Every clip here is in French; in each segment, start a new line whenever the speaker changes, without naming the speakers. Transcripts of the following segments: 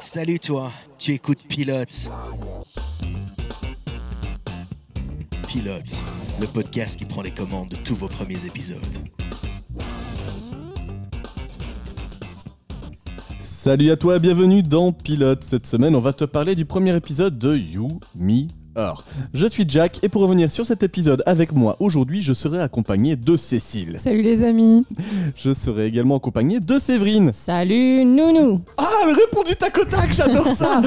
Salut toi, tu écoutes Pilote. Pilote, le podcast qui prend les commandes de tous vos premiers épisodes.
Salut à toi, bienvenue dans Pilote. Cette semaine, on va te parler du premier épisode de You, Me, Her. Je suis Jack et pour revenir sur cet épisode avec moi aujourd'hui, je serai accompagné de Cécile.
Salut les amis.
Je serai également accompagné de Séverine.
Salut Nounou.
Ah, elle répond du tac au tac, j'adore ça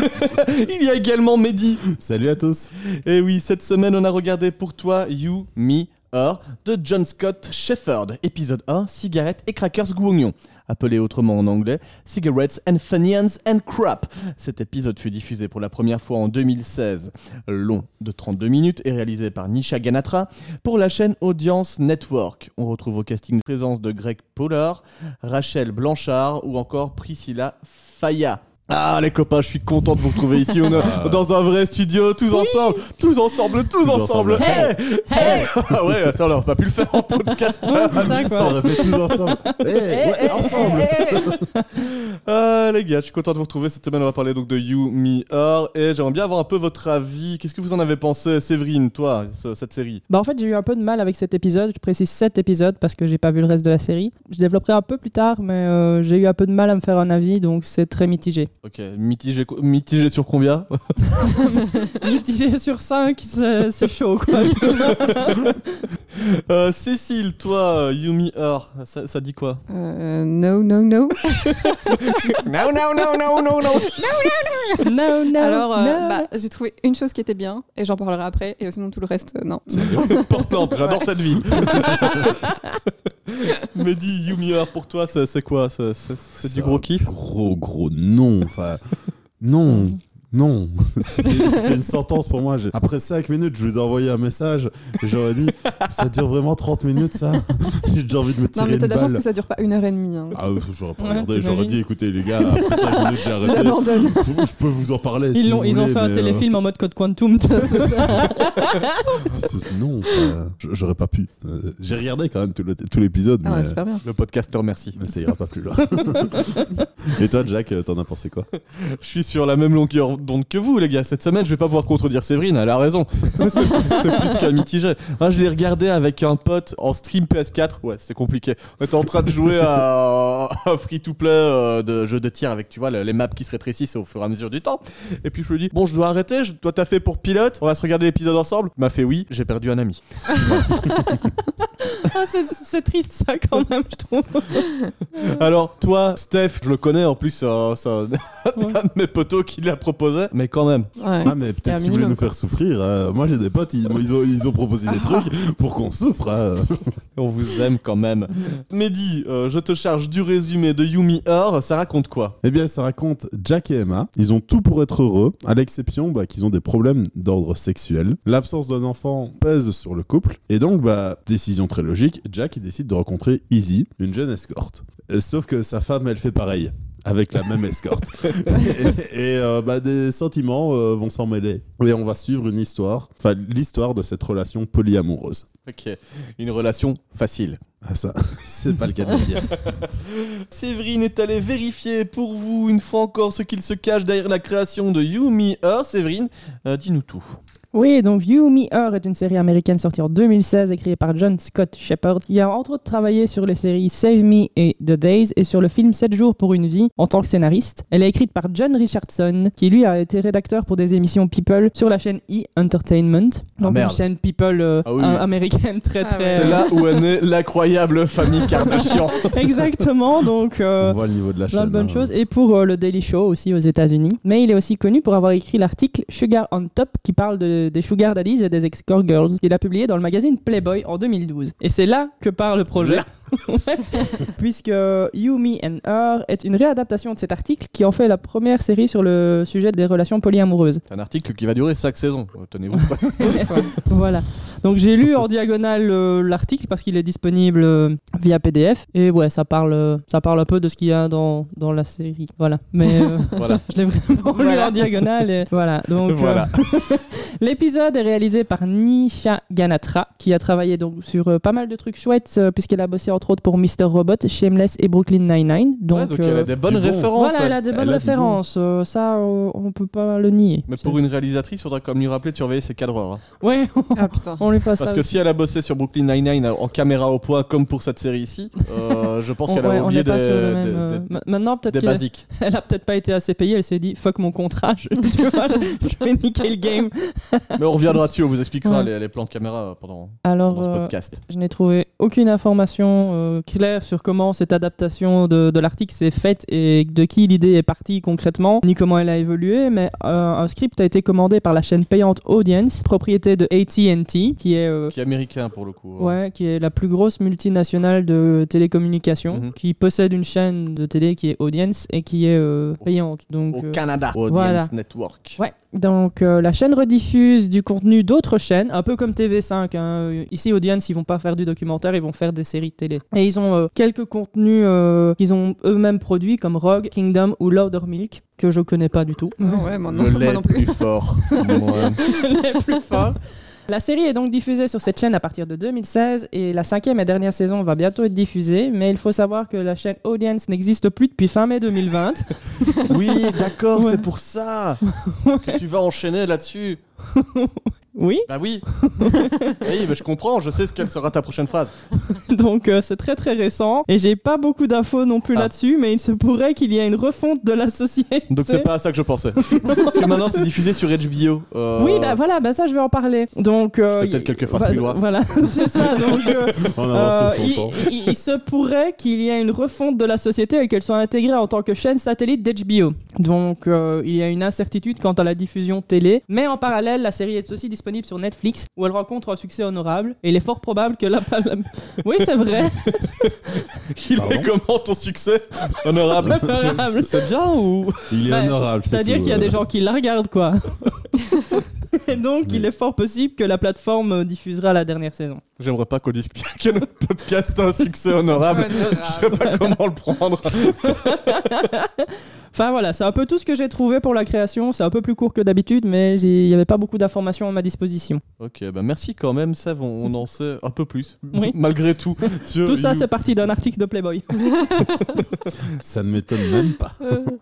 Il y a également Mehdi.
Salut à tous.
Et oui, cette semaine, on a regardé pour toi You, Me, Her de John Scott Shepherd, épisode 1, cigarettes et crackers goût oignon. Appelé autrement en anglais Cigarettes and Funions and Crap. Cet épisode fut diffusé pour la première fois en 2016, long de 32 minutes et réalisé par Nisha Ganatra pour la chaîne Audience Network. On retrouve au casting présence de Greg Poller, Rachel Blanchard ou encore Priscilla Faya. Ah les copains, je suis content de vous retrouver ici on
Ah.
est dans un vrai studio, tous ensemble, tous ensemble, tous, ensemble.
ensemble.
Hey, hey. Ah ouais, ça on n'aurait pas pu le faire en podcast.
ça,
Ça, on l'a fait tous ensemble. Eh, ouais, ensemble.
eh,
Ah les gars, je suis content de vous retrouver cette semaine. On va parler donc de You Me Her et j'aimerais bien avoir un peu votre avis. Qu'est-ce que vous en avez pensé, Séverine, toi, ce- cette série
Bah en fait j'ai eu un peu de mal avec cet épisode, je précise cet épisode parce que j'ai pas vu le reste de la série. Je développerai un peu plus tard mais euh, j'ai eu un peu de mal à me faire un avis donc c'est très mitigé.
Ok, mitigé, co- mitigé sur combien
mitigé sur 5 c'est chaud quoi.
Euh, Cécile, toi, euh, You Me Her, ça, ça dit quoi
Euh, no, no, no.
Non, non, non, non, non, non.
non non.
Alors, euh, bah, j'ai trouvé une chose qui était bien et j'en parlerai après. Et sinon, tout le reste, euh, non.
Portante, j'adore
Ouais.
cette vie. Mais dis, You Me Her, pour toi, c'est c'est quoi C'est- C'est c'est du
Ça-
gros kiff
Gros, gros, non. Enfin, non. Non, c'était c'était une sentence pour moi. J'ai- Après 5 minutes, je vous ai envoyé un message et j'aurais dit Ça dure vraiment 30 minutes, ça J'ai déjà envie de me
Non,
tirer
mais t'as de
une
la chance que
balle.
ça dure pas une heure et demie. hein.
Ah, j'aurais pas
Ouais,
regardé, j'aurais
t'imagines.
dit Écoutez, les gars, après 5 minutes, j'ai arrêté.
J'abandonne.
Je peux vous en parler. si
Ils, l'ont-
vous
ils ont
voulez,
fait un
mais, euh,
téléfilm en mode code quantum. tu vois.
c'est- Non, enfin, j- j'aurais pas pu. Euh, J'ai regardé quand même tout le- tout l'épisode,
Ah ouais,
mais
super bien.
Le podcaster, merci.
mais ça ira pas plus loin. Et toi, Jack, euh, t'en as pensé quoi
Je suis sur la même longueur d'onde que vous, les gars. Cette semaine, je vais pas pouvoir contredire Séverine, elle a raison. C'est c'est plus qu'un mitigé. Moi, je l'ai regardé avec un pote en stream PS4. Ouais, c'est compliqué. On était en train de jouer à un free-to-play euh, de jeu de tir avec, tu vois, le- les maps qui se rétrécissent au fur et à mesure du temps. Et puis, je lui dis, bon, je dois arrêter, je dois taffer pour pilote. On va se regarder l'épisode ensemble. Il m'a fait oui, j'ai perdu un ami.
Ah, c'est- c'est triste ça quand même je trouve.
Alors, toi, Steph, je le connais, en plus, euh, c'est un un de mes potos qui l'a proposé. Mais quand même.
Ouais.
Ah mais
un
peut-être qu'ils voulaient
minimum,
nous
quoi. Ah.
faire souffrir. euh, moi j'ai des potes, ils, ils ont, ils ont proposé des trucs pour qu'on souffre. euh.
On vous aime quand même. Mehdi, euh, je te charge du résumé de Yumi Or. Ça raconte quoi
Eh bien ça raconte Jack et Emma. Ils ont tout pour être heureux, à l'exception bah, qu'ils ont des problèmes d'ordre sexuel. L'absence d'un enfant pèse sur le couple. Et donc, bah, décision très logique, Jack il décide de rencontrer Izzy, une jeune escorte. Euh, Sauf que sa femme, elle fait pareil. Avec la même escorte. et et, euh, bah, des sentiments euh, vont s'en mêler. Et on va suivre une histoire, enfin l'histoire de cette relation polyamoureuse.
Ok, une relation facile.
Ah ça, c'est pas le cas de le dire.
Séverine est allée vérifier pour vous une fois encore ce qu'il se cache derrière la création de Yumi Or. Séverine, euh, dis-nous tout.
Oui, donc You, Me, Her est une série américaine sortie en 2016 et créée par John Scott Shepard. Il a entre autres travaillé sur les séries Save Me et The Days et sur le film 7 jours pour une vie en tant que scénariste. Elle est écrite par John Richardson qui lui a été rédacteur pour des émissions People sur la chaîne E! Entertainment. Donc
Ah, merde.
une chaîne People euh,
Ah oui.
am- américaine très euh,
Ah
très...
ouais.
C'est là où est née l'incroyable famille Kardashian.
Exactement, donc... euh,
On voit le niveau de la chaîne.
Plein de bonnes
hein.
choses. Et pour euh, le Daily Show aussi aux États-Unis. Mais il est aussi connu pour avoir écrit l'article Sugar on Top qui parle de- des Sugar Daddies et des Ex-Core Girls. Il a publié dans le magazine Playboy en 2012. Et c'est là que part le projet. Puisque euh, You, Me and Her est une réadaptation de cet article qui en fait la première série sur le sujet des relations polyamoureuses.
C'est un article qui va durer 5 saisons. Euh, Tenez-vous prêts.
Voilà. Donc j'ai lu en diagonale euh, l'article parce qu'il est disponible euh, via PDF. Et ouais, ça parle, euh, ça parle un peu de ce qu'il y a dans, dans la série. Voilà. Mais. euh,
Voilà.
Je l'ai vraiment lu
Voilà.
en diagonale. et voilà. Donc, euh,
voilà.
L'épisode est réalisé par Nisha Ganatra, qui a travaillé donc sur euh, pas mal de trucs chouettes, euh, puisqu'elle a bossé entre autres pour Mr. Robot, Shameless et Brooklyn Nine-Nine. Donc,
Ouais, Donc, elle
euh,
a des bonnes
du bon.
références.
voilà, elle a des
Elle
bonnes
a du
références. Euh, ça, euh, on peut pas le nier.
Mais pour une réalisatrice, il faudra quand même lui rappeler de surveiller ses cadreurs. hein.
Ouais,
Ah putain.
on lui passe
Parce
ça.
que si elle a bossé sur Brooklyn Nine-Nine euh, en caméra au poids, comme pour cette série ici, euh, je pense
On-
qu'elle
ouais,
a
on
oublié
est
des,
pas sur le même,
des-
euh,
des-
ma- Maintenant, peut-être
des
qu'elle
basiques.
elle a peut-être pas été assez payée. Elle s'est dit fuck mon contrat, je, tu vois, je- je vais niquer le game.
Mais on reviendra dessus, on vous expliquera
Ouais.
les, les plans de caméra pendant,
Alors,
pendant ce
euh,
podcast.
je n'ai trouvé aucune information euh, claire sur comment cette adaptation de, de l'article s'est faite et de qui l'idée est partie concrètement, ni comment elle a évolué, mais euh, un script a été commandé par la chaîne payante Audience, propriété de ATT, qui est... euh,
Qui est américain pour le coup. hein.
Ouais, qui est la plus grosse multinationale de télécommunications,
Mhm.
qui possède une chaîne de télé qui est Audience et qui est euh, payante. Donc,
Au
euh,
Canada, Audience
voilà.
Network.
Ouais, donc euh, la chaîne rediffuse du contenu d'autres chaînes, un peu comme TV5. hein. Ici, Audience, ils vont pas faire du documentaire, ils vont faire des séries télé. Et ils ont euh, quelques contenus euh, qu'ils ont eux-mêmes produits, comme Rogue, Kingdom ou Louder Milk, que je connais pas du tout.
Ah ouais, moi non,
Le
moi
lait
non plus.
du fort. Ouais.
les plus forts. La série est donc diffusée sur cette chaîne à partir de 2016 et la cinquième et dernière saison va bientôt être diffusée, mais il faut savoir que la chaîne Audience n'existe plus depuis fin mai 2020.
Oui, d'accord,
Ouais.
c'est pour ça que tu vas enchaîner là-dessus.
oui,
Bah oui. oui, mais je comprends, je sais ce quelle sera ta prochaine phrase.
donc euh, c'est très très récent et j'ai pas beaucoup d'infos non plus
Ah.
là-dessus, mais il se pourrait qu'il y ait une refonte de la société.
Donc c'est pas à ça que je pensais. Parce que maintenant c'est diffusé sur HBO. euh,
Oui, bah voilà, bah ça je vais en parler. Donc euh,
J'étais peut-être
y-
quelques phrases plus loin.
Voilà, c'est ça. Donc euh,
On avance
Euh,
sur
il,
ton temps.
il- il se pourrait qu'il y ait une refonte de la société et qu'elle soit intégrée en tant que chaîne satellite d'HBO. Donc euh, il y a une incertitude quant à la diffusion télé, mais en parallèle, la série est aussi disponible sur Netflix où elle rencontre un succès honorable et il est fort probable que la... la- oui, c'est vrai.
Il
Pardon
est comment ton succès Honorable.
Honorable.
Ah, C'est bien ou
Il est
Bah,
honorable. c'est
C'est-à-dire
tout,
qu'il y a des
euh.
gens qui la regardent, quoi. et donc il
Oui.
est fort possible que la plateforme euh, diffusera la dernière saison.
J'aimerais pas qu'on dise que notre podcast a un succès
Ah
honorable.
Ah,
Je sais pas comment le prendre.
Enfin voilà, c'est un peu tout ce que j'ai trouvé pour la création. C'est un peu plus court que d'habitude, mais j'ai- il n'y avait pas beaucoup d'informations à ma disposition.
Ok, bah merci quand même, Sèvres, on, on en sait un peu plus,
Oui.
malgré tout. sur
Tout ça,
Hugh-
c'est parti d'un article de Playboy.
Ça ne m'étonne même pas.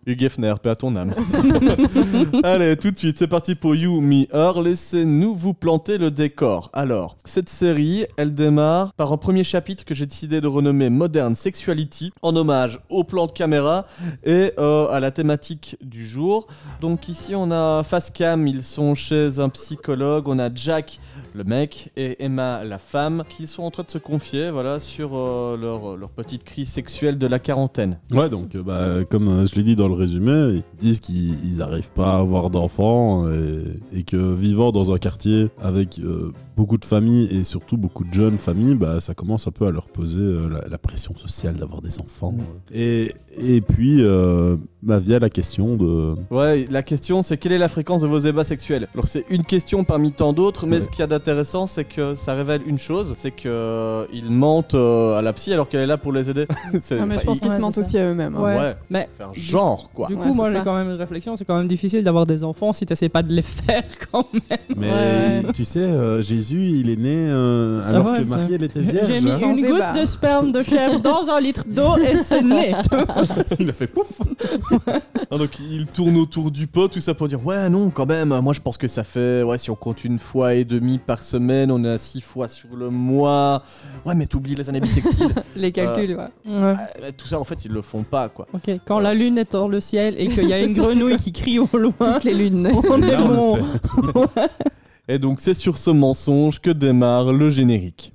Hugh Geffner, paix à ton âme. Allez, tout de suite, c'est parti pour You, Me, Her. Laissez-nous vous planter le décor. Alors, cette série, elle démarre par un premier chapitre que j'ai décidé de renommer Modern Sexuality, en hommage au plan de caméra et euh, à la thématique du jour. Donc ici, on a Facecam, ils sont chez un psychologue, on a Jack, le mec, et Emma, la femme, qui sont en train de se confier, voilà, sur euh, leur, leur petite crise sexuelle de la quarantaine.
Ouais, donc euh, bah, comme euh, je l'ai dit dans le résumé, ils disent qu'ils n'arrivent pas à avoir d'enfants et, et que vivant dans un quartier avec euh, beaucoup de familles et surtout beaucoup de jeunes familles, bah, ça commence un peu à leur poser euh, la, la pression sociale d'avoir des enfants. Et, et puis, euh, bah, via la question de...
Ouais, la question c'est quelle est la fréquence de vos ébats sexuels Alors c'est une question parmi tant d'autres, mais
Ouais.
ce qu'il y a d'intéressant c'est que ça révèle une chose, c'est que euh, ils mentent euh, à la psy alors qu'elle est là pour les aider. C'est-
Ah, mais je
enfin,
pense
ils-
qu'ils se
Ouais,
mentent
c'est
aussi à eux-mêmes. hein.
Ouais.
ouais.
Mais-
faire genre quoi.
Du coup,
Ouais,
moi
c'est
j'ai
ça.
quand même une réflexion, c'est quand même difficile d'avoir des enfants si t'essayes pas de les faire quand même.
Mais
Ouais.
il- tu sais, euh, Jésus, il est né euh,
Ça
alors
va,
que
ça.
Marie, elle était
J'ai
vierge.
mis
hein.
Sans
une
débat.
goutte de sperme de chèvre dans un litre d'eau et c'est né.
Il a fait pouf Ah, Donc il tourne autour du pot, tout ça pour dire ouais non quand même, moi je pense que ça fait, ouais si on compte une fois et demie par semaine, on est à six fois sur le mois. Ouais mais t'oublies les années bissextiles.
Les calculs, ouais.
Ouais.
Euh, tout ça en fait ils le font pas quoi.
Ok, quand la lune est dans le ciel et qu'il y a une grenouille qui crie au loin,
Toutes les lunes.
on est
Là, on le
bon.
fait.
Et donc c'est sur ce mensonge que démarre le générique.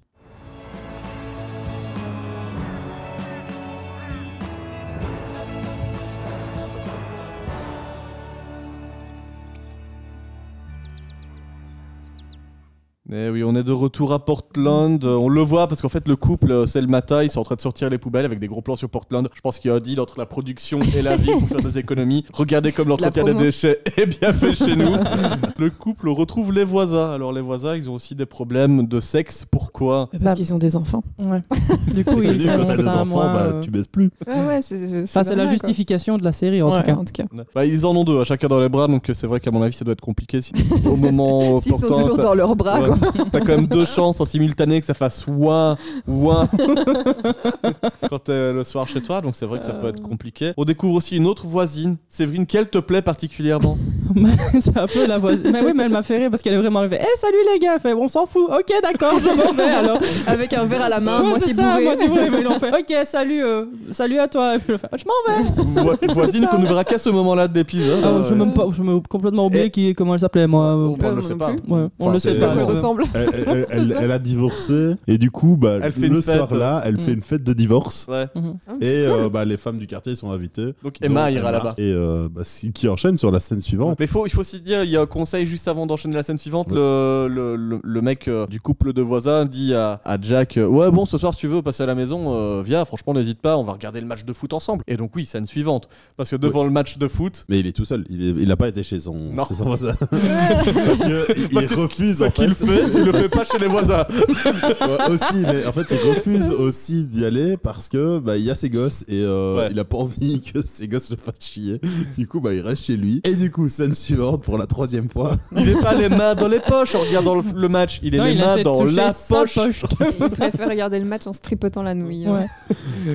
Eh oui, on est de retour à Portland. Euh, On le voit parce qu'en fait, le couple, euh, c'est le matin, ils sont en train de sortir les poubelles avec des gros plans sur Portland. Je pense qu'il y a un deal entre la production et la vie pour faire des économies. Regardez comme l'entretien
La
des
promo.
déchets est bien fait chez nous. Le couple retrouve les voisins. Alors, les voisins, ils ont aussi des problèmes de sexe. Pourquoi
Bah,
Parce qu'ils ont des enfants.
Ouais. Du coup,
C'est
ils
connu, quand
font
t'as des
ça à
enfants,
moi.
bah,
euh,
tu baisses plus.
Ouais, ouais, c'est- c'est
Enfin, c'est la
normal,
justification de la série, en
quoi.
tout cas.
Ouais, en tout cas.
bah, Ils en ont deux à chacun dans les bras, donc euh, c'est vrai qu'à mon avis, ça doit être compliqué. si- Au moment
S'ils sont
opportun,
toujours
Oh, ça-
dans leurs bras,
Ouais.
quoi.
T'as quand même deux chances en simultané que ça fasse ouin, ouin quand t'es le soir chez toi, donc c'est vrai que ça peut
Euh.
être compliqué. On découvre aussi une autre voisine. Séverine, qu'elle te plaît particulièrement
Oh. c'est un peu la voisine. Mais oui, mais elle m'a fait rire parce qu'elle est vraiment arrivée. Eh, salut les gars! Elle Fait, on s'en fout. Ok, d'accord, je m'en vais alors.
Avec un verre à la main,
Ouais,
moitié
c'est ça, Bah,
bourré.
moitié bourré. Mais ils l'ont fait. Ok, salut, euh, salut à toi. Et puis, elle fait, je m'en vais.
Vo- Voisine qu'on ne verra qu'à ce moment-là de l'épisode.
Ah,
hein,
je
ouais.
me je me complètement oublié
Et-
qui, comment elle s'appelait, moi.
On
Ouais,
ne le
moi
sait
non
pas.
plus.
on le sait
c'est-
pas.
À quoi ils
ouais.
ressemblent
Elle, elle- elle- elle- elle a divorcé et du coup, bah,
Elle fait une
le
fête.
soir-là, elle
Mm.
fait une fête de divorce.
Ouais.
Et euh, bah, les femmes du quartier sont invitées.
Donc Emma
Donc,
ira là-bas.
Et euh, bah, c- qui enchaîne sur la scène suivante.
Mais faut, il faut aussi dire, il y a un conseil juste avant d'enchaîner la scène suivante.
Ouais.
Le, le, le- le mec euh, du couple de voisins dit à, à Jack euh, Ouais, bon, ce soir, si tu veux passer à la maison, euh, viens, franchement, n'hésite pas, on va regarder le match de foot ensemble. Et donc, oui, scène suivante. Parce que devant le match de foot,
Mais il est tout seul. Il, est- il a pas été chez son,
Non.
chez son voisin. Parce que il
Parce que ce-
refuse
ce
en
qu'il
fait.
fait, tu le fais pas chez les voisins.
Ouais, aussi, mais en fait, il refuse aussi d'y aller parce que bah, il y a ses gosses et euh,
Ouais.
il a pas envie que ses gosses le fassent chier. Du coup, bah, il reste chez lui. Et du coup, scène suivante pour la troisième fois.
Il est pas les mains dans les poches en regardant le, le match. Il est
Non,
les
il essaie
mains
de
dans
toucher
la
sa
poche.
poche.
Ils préfèrent regarder le match en se tripotant la nouille.
Ouais.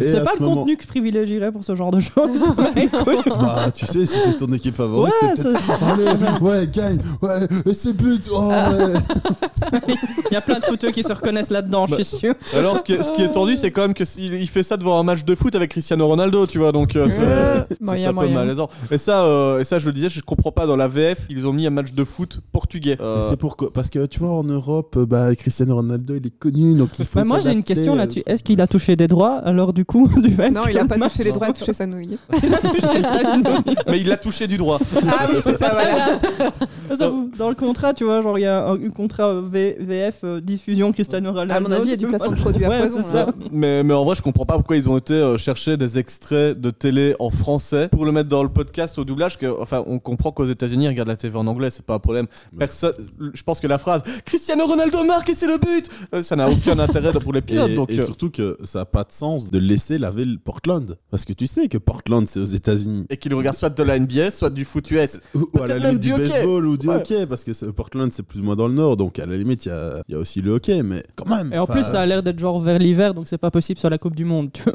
Et
C'est
à
pas
ce
le
moment-
contenu que je privilégierais pour ce genre de choses. mais écoute.
Bah, tu sais, si c'est ton équipe favorite,
Ouais,
t'es peut-être- Allez, ouais, gagne, ouais, et c'est but, oh, ouais.
Il y a plein de fouteux qui se reconnaissent là-dedans, je suis sûr.
Alors, ce qui, est- ce qui est tendu, c'est quand même que s'il- il fait ça devant un match de foot avec Cristiano Ronaldo, tu vois. Donc, euh, c'est- c'est
Moyen,
c'est un peu
moyen.
malaisant. Et ça, euh, et ça, je le disais, je comprends pas. Dans la VF, ils ont mis un match de foot portugais. Euh,
Mais C'est pourquoi Parce que tu vois, en Europe, euh, bah, Cristiano Ronaldo, il est connu, donc il faut.
Bah, moi, j'ai une
s'adapter,
question
euh,
là-dessus. Est-ce qu'il a touché des droits alors du coup du fait
Non, il a
que
pas
le
touché les
match-
droits, il a touché sa nouille.
Il a touché sa nouille.
mais il l'a touché du droit.
Ah oui, c'est ça, voilà.
Ça, vous- Dans le contrat, tu vois, genre il y a un un contrat euh, V- VF euh, diffusion Cristiano Ronaldo.
À mon avis, il y a du
tu
placement
vois.
de produits à
Ouais,
foison. hein.
c'est
là.
ça.
Mais, mais en vrai, je comprends pas pourquoi ils ont été euh, chercher des extraits de télé en français pour le mettre dans le podcast au doublage. Que, enfin, on comprend qu'aux États-Unis, ils regardent la TV en anglais, c'est pas un problème. Personne, je pense que la phrase Cristiano Ronaldo marque et c'est le but Euh, Ça n'a aucun intérêt pour l'épisode.
Et,
Donc,
et
euh,
surtout que ça n'a pas de sens de laisser la ville Portland. Parce que tu sais que Portland, c'est aux États-Unis.
et qu'il regarde soit de la NBA, soit du foot US.
Ou ou à la
Peut-être même
limite du,
du hockey.
baseball ou du
Ouais.
hockey. Parce que c'est- Portland, c'est plus ou moins dans le nord. Donc à la limite, il y a, il y a aussi le hockey. Mais quand même.
Et en
enfin,
plus, ça a l'air d'être genre vers l'hiver, donc c'est pas possible sur la Coupe du Monde. Tu vois.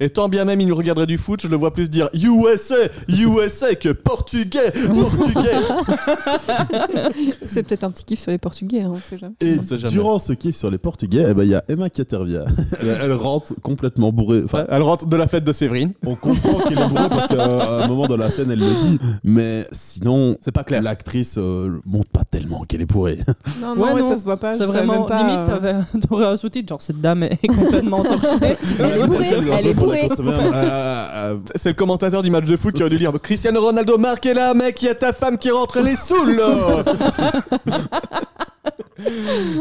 Et tant bien même il nous regarderait du foot, je le vois plus dire USA, USA que portugais, portugais.
C'est peut-être un petit kiff sur les Portugais, hein, on sait jamais.
Et
On sait jamais.
durant ce kiff sur les Portugais, eh ben, il y a Emma qui intervient. elle, elle rentre complètement bourrée. Enfin,
Elle rentre de la fête de Séverine.
On comprend qu'elle est bourrée parce qu'à un moment dans la scène, elle le dit. Mais sinon,
C'est pas clair.
l'actrice euh, montre pas tellement qu'elle est bourrée.
Non,
Ouais,
non, ouais,
non.
ça se voit pas.
C'est
je savais
vraiment
même pas,
limite,
euh,
t'avais- t'aurais un sous-titre genre cette dame est complètement torchée. tu vois.
Elle est bourrée, elle est bourrée.
Euh, C'est le commentateur du match de foot qui aurait dû lire Cristiano Ronaldo marque et là, mec, il y a ta femme qui rentre, elle est saoule. là.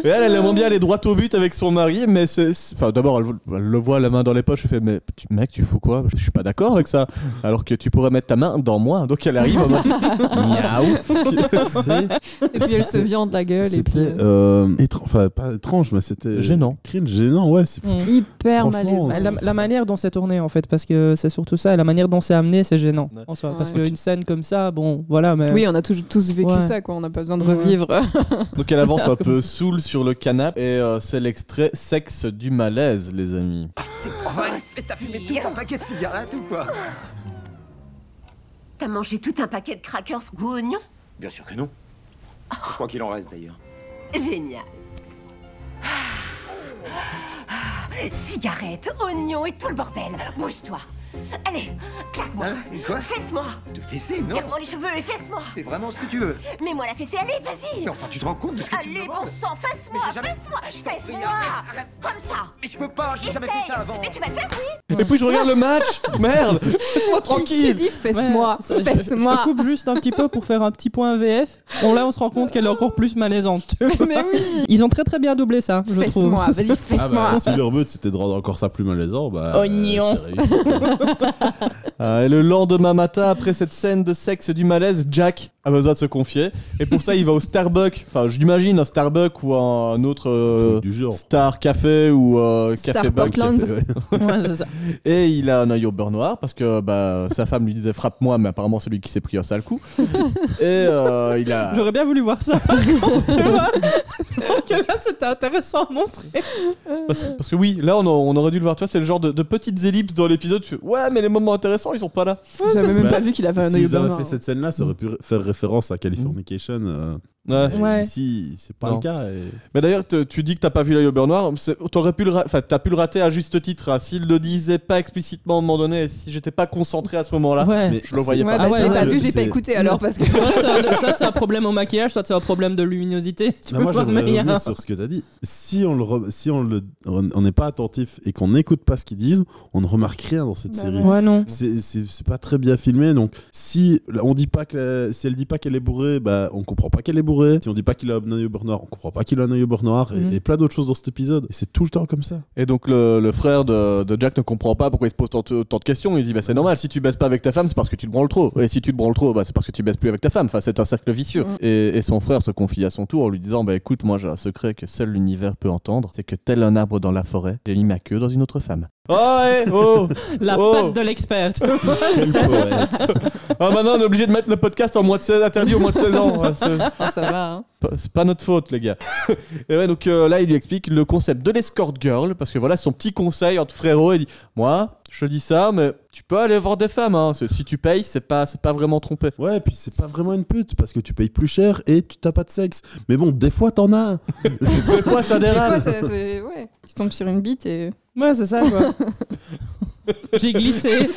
Et elle, elle aimerait bien aller droit au but avec son mari, mais c'est. c'est- Enfin, d'abord, elle, elle le voit la main dans les poches, elle fait Mais tu- mec, tu fous quoi Je suis pas d'accord avec ça. Alors que tu pourrais mettre ta main dans moi. Donc elle arrive en mode Miaou.
Et puis elle se viande la gueule. Et puis,
C'était euh, étrange- enfin pas étrange, mais c'était
Gênant.
Cringe, gênant, ouais. c'est-
Mm.
euh, hyper malaisant.
Franchement,
Bah, la, la manière dont c'est tourné en fait, parce que c'est surtout ça, et la manière dont c'est amené, c'est gênant
Ouais.
en soi.
Ouais.
Parce qu'une scène comme ça, bon, voilà, mais.
Oui, on a tous, tous vécu
Ouais.
ça, quoi. On n'a pas besoin de
Ouais.
revivre.
Donc elle avance un
Alors, comment
peu saoule sur le canapé, et euh, c'est l'extrait Sexe du malaise, les amis.
C'est
Mais t'as fumé tout un paquet de cigarettes ou quoi
T'as mangé tout un paquet de crackers goût oignon
Bien sûr que non. Je crois qu'il en reste d'ailleurs.
Génial. Ah, ah, Cigarette, oignon et tout le bordel. Bouge-toi. Allez, claque-moi.
Hein Et quoi
Fesse-moi.
Te fesser, non
Tire-moi les cheveux et fesse-moi.
C'est vraiment ce que tu veux.
Mets-moi la fessée, allez, vas-y.
Mais enfin, tu te rends compte de ce que tu me
Allez, bon
demandes
sang, fesse-moi,
Mais j'ai jamais-
fesse-moi,
Je t'en prie,
fesse-moi.
arrête, arrête.
Comme ça.
Mais je peux pas, j'ai jamais
Essaye.
fait ça avant.
Mais tu vas le faire, oui.
Et puis je regarde le match Merde Laisse-moi
Qui
tranquille
dit fesse-moi
Ouais, ça, je- Je, te
Fesse-moi
coupe juste un petit peu pour faire un petit point VF. Bon, là, on se rend compte qu'elle est encore plus malaisante.
Mais oui
Ils ont très très bien doublé ça, je trouve.
Fesse-moi, vas-y,
Ah bah,
fesse-moi
si leur but c'était de rendre encore ça plus malaisant, bah.
Oignon.
euh, c'est réussi.
Ah, Et le lendemain matin, après cette scène de sexe et du malaise, Jack a besoin de se confier. Et pour ça, il va au Starbucks. Enfin, je l'imagine, un Starbucks ou un autre euh,
du genre.
Star Café ou euh,
Star
Café Bug.
Portland.
Café, ouais.
Ouais, c'est ça.
Et il a un œil au beurre noir parce que bah, sa femme lui disait frappe-moi, mais apparemment c'est lui qui s'est pris un sale coup. Et euh, il a.
J'aurais bien voulu voir ça par contre, tu vois. Donc là, c'était intéressant à montrer.
Parce, parce que oui, là on, a- on aurait dû le voir, tu vois, c'est le genre de, de petites ellipses dans l'épisode. tu fais, Ouais, mais les moments intéressants ils sont pas là.
J'avais même
Bah,
pas vu qu'il avait un œil au
S'ils
beurre
avaient
noir.
fait cette scène-là, ça aurait pu ré- faire référence à Californication. euh,
Ouais.
et
Ouais.
Ici, c'est pas
Non.
le cas. et-
Mais d'ailleurs, te- tu dis que t'as pas vu l'œil au beurre noir, c'est- t'aurais pu le, ra- enfin, t'as pu le rater à juste titre. hein. S'il le disait pas explicitement à un moment donné, et si j'étais pas concentré à ce moment-là,
Ouais.
Mais
je le voyais
Ouais,
pas.
bah,
Ah ouais,
je l'ai pas
le-
vu, je l'ai pas
c'est-
écouté alors parce que.
Soit c'est un- soit c'est un problème au maquillage, soit c'est un problème de luminosité. Tu
Non,
peux
Bah, moi,
pas
j'aimerais
meilleur.
revenir sur ce que t'as dit. Si on le, re- si on le, on n'est pas attentif et qu'on n'écoute pas ce qu'ils disent, on ne remarque rien dans cette
Bah
série.
ouais.
Ouais, non.
C'est- C'est c'est pas très bien filmé, donc si la- on dit pas que la- si elle dit pas qu'elle est bourrée, bah on comprend pas qu'elle est bourrée. Si on dit pas qu'il a un œil au beurre noir, on comprend pas qu'il a un œil au beurre noir et-
Mhm.
et, plein d'autres choses dans cet épisode. Et c'est tout le temps comme ça.
Et donc le, le frère de, de Jack ne comprend pas pourquoi il se pose tant, tant de questions. Il dit bah c'est normal, si tu baisses pas avec ta femme, c'est parce que tu te branles trop. Et si tu te branles trop, bah, c'est parce que tu baisses plus avec ta femme. Enfin, c'est un cercle vicieux.
Mm.
Et, et son frère se confie à son tour en lui disant bah écoute, moi j'ai un secret que seul l'univers peut entendre, c'est que tel un arbre dans la forêt, j'ai mis ma queue dans une autre femme. Oh, eh, oh
La
Oh.
patte de l'expert.
Quel poète.
Ah maintenant on est obligé de mettre le podcast en moins de 16, interdit au moins de 16 ans. Ouais, c'est-
Ah, ça va, hein.
Pas- C'est pas notre faute, les gars. et ouais, donc euh, là, il lui explique le concept de l'escort girl, parce que voilà, son petit conseil entre frérots, il dit Moi, je te dis ça, mais tu peux aller voir des femmes, hein. C'est- si tu payes, c'est pas, c'est pas vraiment trompé.
Ouais, puis c'est pas vraiment une pute parce que tu payes plus cher et tu t'as pas de sexe. Mais bon, des fois t'en as.
Des fois, ça
Des fois,
dérape.
ça- c'est- ouais, tu tombes sur une bite et.
Ouais, c'est ça, quoi. J'ai glissé.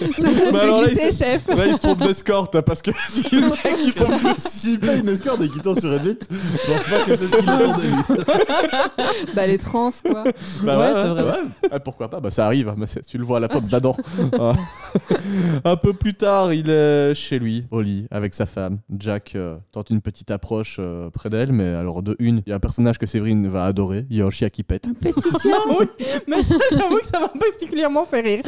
Bah alors là,
J'ai glissé,
il
chef
Là, il se trompe d'escorte, hein, parce que si le mec, il tombe sur-
S'il paye une escorte et qu'il tombe sur Reddit, je pense pas que c'est ce qu'il attendait. lui.
Bah, les trans, quoi.
Bah
Ouais, c'est vrai.
Ah, pourquoi pas Bah ça arrive, mais c'est- tu le vois à la pomme d'Adam. Ah. un peu plus tard, il est chez lui, au lit, avec sa femme. Jack euh, tente une petite approche euh, près d'elle, mais alors de une, il y a un personnage que Séverine va adorer, il y a un chien qui pète.
Petit chien
Oui, mais ça, j'avoue que ça m'a particulièrement fait rire.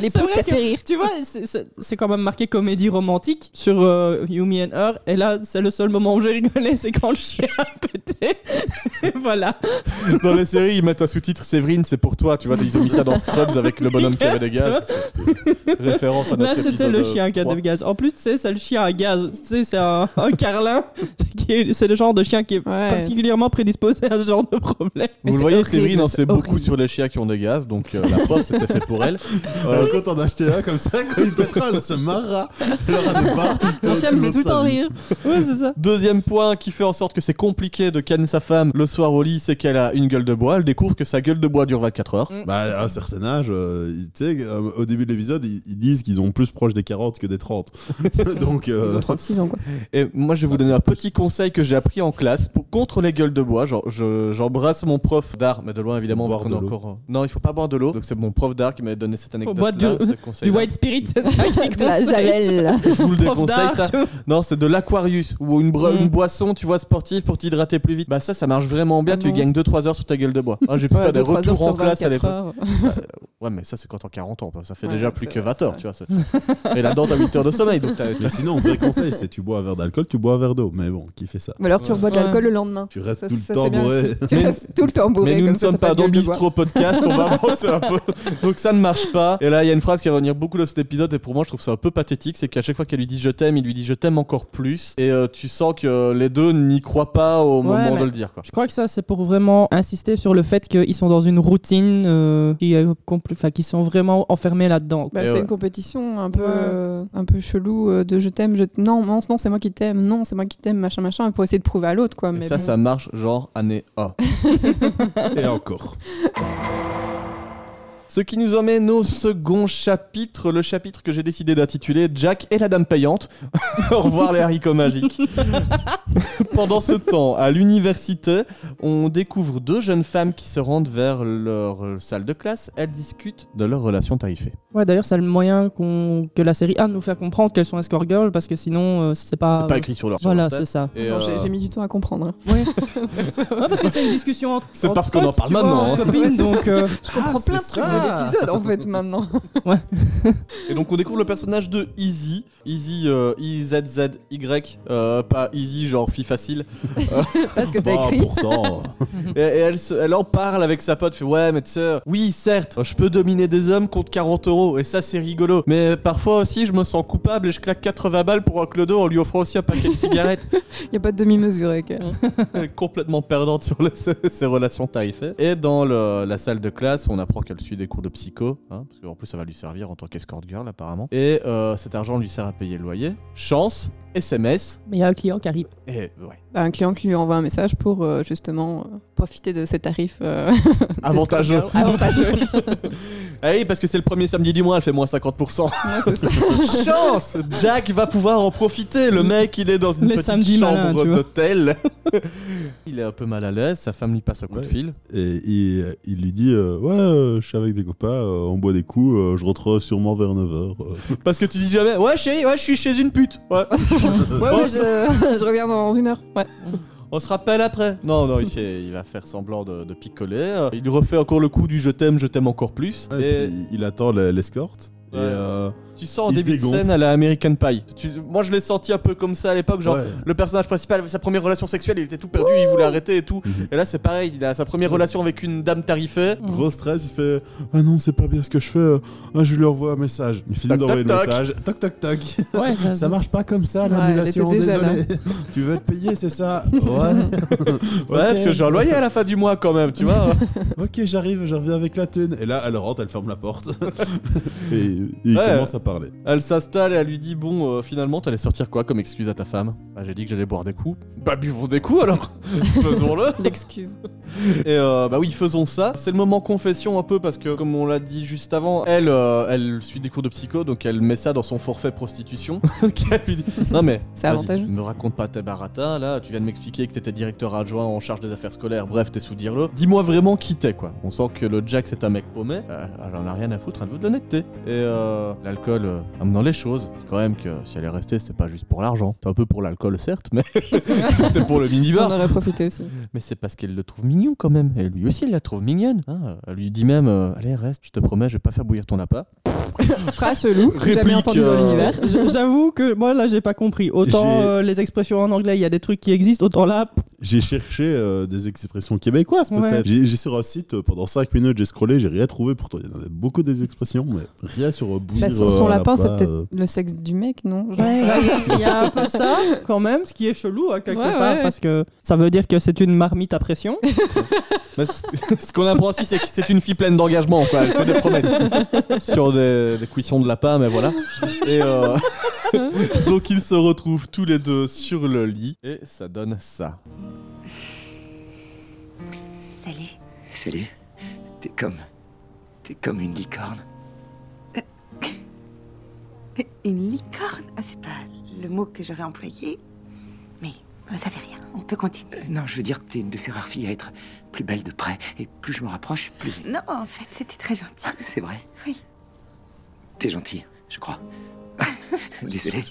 Les
C'est
potes,
vrai
ça
que-
fait rire.
Tu vois, c'est- c'est c'est quand même marqué comédie romantique sur euh, Yumi and Her. Et là, c'est le seul moment où j'ai rigolé, c'est quand le chien a pété. Et voilà.
Dans les séries, ils mettent un sous-titre Séverine, c'est pour toi, tu vois, ils ont mis ça dans Scrubs avec le bonhomme qui avait des gaz. Référence à notre
Là, c'était
épisode,
le
euh,
chien qui a
3.
des gaz. En plus, tu sais, c'est le chien à gaz. Tu sais, c'est un, un carlin. qui est- C'est le genre de chien qui est
Ouais.
particulièrement prédisposé à ce genre de problème.
Mais
Vous le
c'est
voyez,
horrible,
Séverine en
c'est
sait beaucoup
horrible.
sur les chiens qui ont des gaz, donc euh, la preuve, c'était fait pour elle. Euh,
Alors, quand Bah, on a acheté un comme ça, quand il pètera, elle se marrera. Elle aura des barres tout le temps.
Mon chien me fait tout le
sa
temps
vie.
rire.
Ouais, c'est ça.
Deuxième point qui fait en sorte que c'est compliqué de canner sa femme le soir au lit, c'est qu'elle a une gueule de bois. Elle découvre que sa gueule de bois dure 24 heures.
Mm.
Bah, à un certain âge, euh, tu sais, euh, au début de l'épisode, ils, ils disent qu'ils ont plus proche des 40 que des 30. Donc, euh,
Ils ont 36 ans, quoi.
Et moi, je vais vous donner un petit conseil que j'ai appris en classe pour, contre les gueules de bois. Genre, je- j'embrasse mon prof d'art, mais de loin, évidemment, vu
Boire
qu'on
de
est
l'eau.
encore. euh, Non, il faut pas boire de l'eau. Donc, c'est mon prof d'art qui m'a donné cette anecdote.
boire du- Du white spirit, c'est ça qui
De la javel.
Je vous le
Prof
déconseille,
d'art,
ça.
tu vois.
Non, c'est de l'Aquarius ou une, bro-
Mm.
une boisson, tu vois, sportive pour t'hydrater plus vite. Bah, ça, ça marche vraiment bien.
Ah
tu
non.
gagnes 2-3 heures sur ta gueule de bois. Ah, j'ai pu
Ouais,
faire des
deux, trois heures
retours en
sur
classe à
24
l'époque.
heures.
Ouais, mais ça, c'est quand t'as 40 ans. bah, Ça fait
Ouais,
déjà plus que
c'est
20
vrai,
heures, tu vois. c'est- Et là-dedans, t'as 8 heures de sommeil. Donc t'as-
mais sinon, vrai conseil, c'est tu bois un verre d'alcool, tu bois un verre d'eau. Mais bon, qui fait ça
Ou alors tu rebois de
Ouais.
l'alcool le lendemain.
Tu restes
Ça,
tout
ça,
le
c'est
temps
bien
bourré.
aussi. Tu restes tout le temps bourré.
Mais nous
comme
ne
ça,
sommes
t'as
pas
de
dans
gueule de bois.
Bistro Podcast, on va avancer un peu. Donc ça ne marche pas. Et là, il y a une phrase qui va revenir beaucoup dans cet épisode, et pour moi, je trouve ça un peu pathétique. C'est qu'à chaque fois qu'elle lui dit je t'aime, il lui dit je t'aime encore plus. Et euh, tu sens que les deux n'y croient pas au moment
mais-
de le dire. Quoi.
Je crois que ça, c'est pour vraiment insister sur le fait qu'ils sont dans une routine, euh, qui, est compl- enfin, qui sont vraiment enfermés là-dedans.
Bah,
Et
c'est
Eh ouais.
une compétition un peu,
Ouais.
euh, un peu chelou euh, de je t'aime, je t- non, non, non, c'est moi qui t'aime, non, c'est moi qui t'aime, machin, machin, pour essayer de prouver à l'autre, quoi.
Et
Mais
ça,
bon.
ça marche genre année A.
Et encore.
Ce qui nous emmène au second chapitre, le chapitre que j'ai décidé d'intituler Jack et la dame payante. au revoir les haricots magiques. Pendant ce temps, à l'université, on découvre deux jeunes femmes qui se rendent vers leur euh, salle de classe. Elles discutent de leur relation tarifée.
Ouais, d'ailleurs, c'est le moyen qu'on que la série a de nous faire comprendre qu'elles sont escort girls parce que sinon, euh, c'est pas.
C'est pas écrit sur leur sur
Voilà,
leur tête.
c'est ça.
Et,
Non, j'ai
euh,
j'ai mis du temps à comprendre. hein.
Ouais, parce que c'est une discussion entre.
C'est
entre
parce qu'on en
potes,
parle
tu vois,
maintenant,
entre
hein.
copines, donc. euh,
Je comprends plein de
Ah, c'est
trucs
ça.
de l'épisode en fait maintenant.
Et donc on découvre le personnage de Easy, Easy euh, I Z Z Y, euh, pas Easy genre fille facile.
Parce que t'as
Bah,
écrit.
pourtant.
Et, et elle, se- elle en parle avec sa pote, fait ouais mais tu sais, oui certes, je peux dominer des hommes contre 40 euros et ça c'est rigolo. Mais parfois aussi je me sens coupable et je claque 80 balles pour un clodo en lui offrant aussi un paquet de cigarettes.
Y a pas de demi-mesuré. quoi.
Complètement perdante sur les- ses relations tarifées. Et dans le- la salle de classe, on apprend qu'elle suit des cours de psycho, hein, parce qu'en plus ça va lui servir en tant qu'escort girl apparemment. Et euh, cet argent lui sert à payer le loyer. Chance, SMS.
Mais il y a un client qui arrive.
Et ouais.
Bah, un client qui lui envoie un message pour euh, justement euh, profiter de ses tarifs euh,
Avantageux.
avantageux.
Ah oui, parce que c'est le premier samedi du mois, elle fait moins 50%.
Ouais, c'est ça.
Chance Jack va pouvoir en profiter. Le mec, il est dans une
Les
petite
samedis malins,
chambre
tu vois.
d'hôtel. il est un peu mal à l'aise, sa femme lui passe un coup de
Ouais.
fil.
Et il, il lui dit euh, Ouais, euh, je suis avec des copains, euh, on boit des coups, euh, je retrouve sûrement vers Euh, 9h.
Parce que tu dis jamais, ouais, chérie, ouais, je suis chez une pute. Ouais.
Ouais, ouais, je, je reviens dans une heure. Ouais.
On se rappelle après. Non, non, il, fait- il va faire semblant de, de picoler. Euh, Il lui refait encore le coup du je t'aime, je t'aime encore plus. et
il attend la- l'escorte.
Ouais.
Et euh,
tu sens en
il se
début de
dégonfle.
scène à la American Pie. Tu- moi, je l'ai senti un peu comme ça à l'époque, genre.
ouais.
Le personnage principal avait sa première relation sexuelle, il était tout perdu, il voulait arrêter et tout.
Mhm.
Et là, c'est pareil, il a sa première relation avec une dame tarifée.
Gros stress, il fait Ah non, c'est pas bien ce que je fais, euh, ah, je lui envoie un message. Il finit
Toc,
d'envoyer le
toc, toc.
message. Toc toc toc.
Ouais, ça,
Ça marche pas comme ça, l'annulation,
Ouais, elle était déjà
désolé. tu veux te payer, c'est ça Ouais.
Ouais, parce que j'ai un loyer à la fin du mois quand même, tu vois.
Ok, j'arrive, je reviens avec la thune. Et là, elle rentre, elle ferme la porte. et il
Ouais.
commence à parler.
elle s'installe et elle lui dit Bon, euh, finalement, t'allais sortir quoi comme excuse à ta femme Bah, j'ai dit que j'allais boire des coups. Bah, buvons des coups alors Faisons-le
L'excuse.
Et euh, bah oui, faisons ça. C'est le moment confession un peu parce que, comme on l'a dit juste avant, elle, euh, elle suit des cours de psycho, donc elle met ça dans son forfait prostitution. Qu'elle lui dit, non mais,
C'est
vas-y,
avantageux.
Me raconte pas tes baratas là. Tu viens de m'expliquer que t'étais directeur adjoint en charge des affaires scolaires. Bref, t'es sous dire le. Dis-moi vraiment qui t'es quoi. On sent que le Jack c'est un mec paumé. Euh, elle en a rien à foutre. Elle veut de l'honnêteté. Et euh, l'alcool euh, amenant les choses. C'est Quand même que si elle est restée, c'était pas juste pour l'argent. C'est un peu pour l'alcool certes, mais c'était pour le minibar.
J'en aurais profité aussi.
Mais c'est parce qu'elle le trouve mignon quand même. Et lui aussi, il la trouve mignonne. hein. Elle lui dit même euh, Allez, reste, je te promets, je vais pas faire bouillir ton lapin.
Phrase chelou, que j'ai jamais
Réplique,
entendu
euh,
dans l'univers.
J- J'avoue que moi là j'ai pas compris. Autant
J'ai-
euh, les expressions en anglais, il y a des trucs qui existent, autant là. pff,
J'ai cherché euh, des expressions québécoises peut-être.
Ouais.
J'ai j'ai sur un site euh, pendant 5 minutes, j'ai scrollé, j'ai rien trouvé. Pourtant, il y en avait beaucoup des expressions, mais rien sur euh, bouillir.
Bah, son,
euh,
son
un
lapin, c'est peut-être
euh.
le sexe du mec, non Genre-
Il y a un peu ça quand même, ce qui est chelou à quelque
Ouais,
part
ouais.
parce que ça veut dire que c'est une marmite à pression.
Mais ce ce qu'on apprend aussi, c'est que c'est une fille pleine d'engagement, quoi. Elle fait des promesses sur des, des cuissons de lapin, mais voilà. Et euh, donc, ils se retrouvent tous les deux sur le lit et ça donne ça.
Salut.
Célie, t'es comme. T'es comme une licorne.
Une licorne Ah, c'est pas le mot que j'aurais employé. Mais euh, ça fait rien, on peut continuer.
Euh, Non, je veux dire que t'es une de ces rares filles à être plus belle de près. Et plus je me rapproche, plus.
Non, en fait, c'était très gentil.
C'est vrai
Oui.
T'es gentille, je crois. Désolé.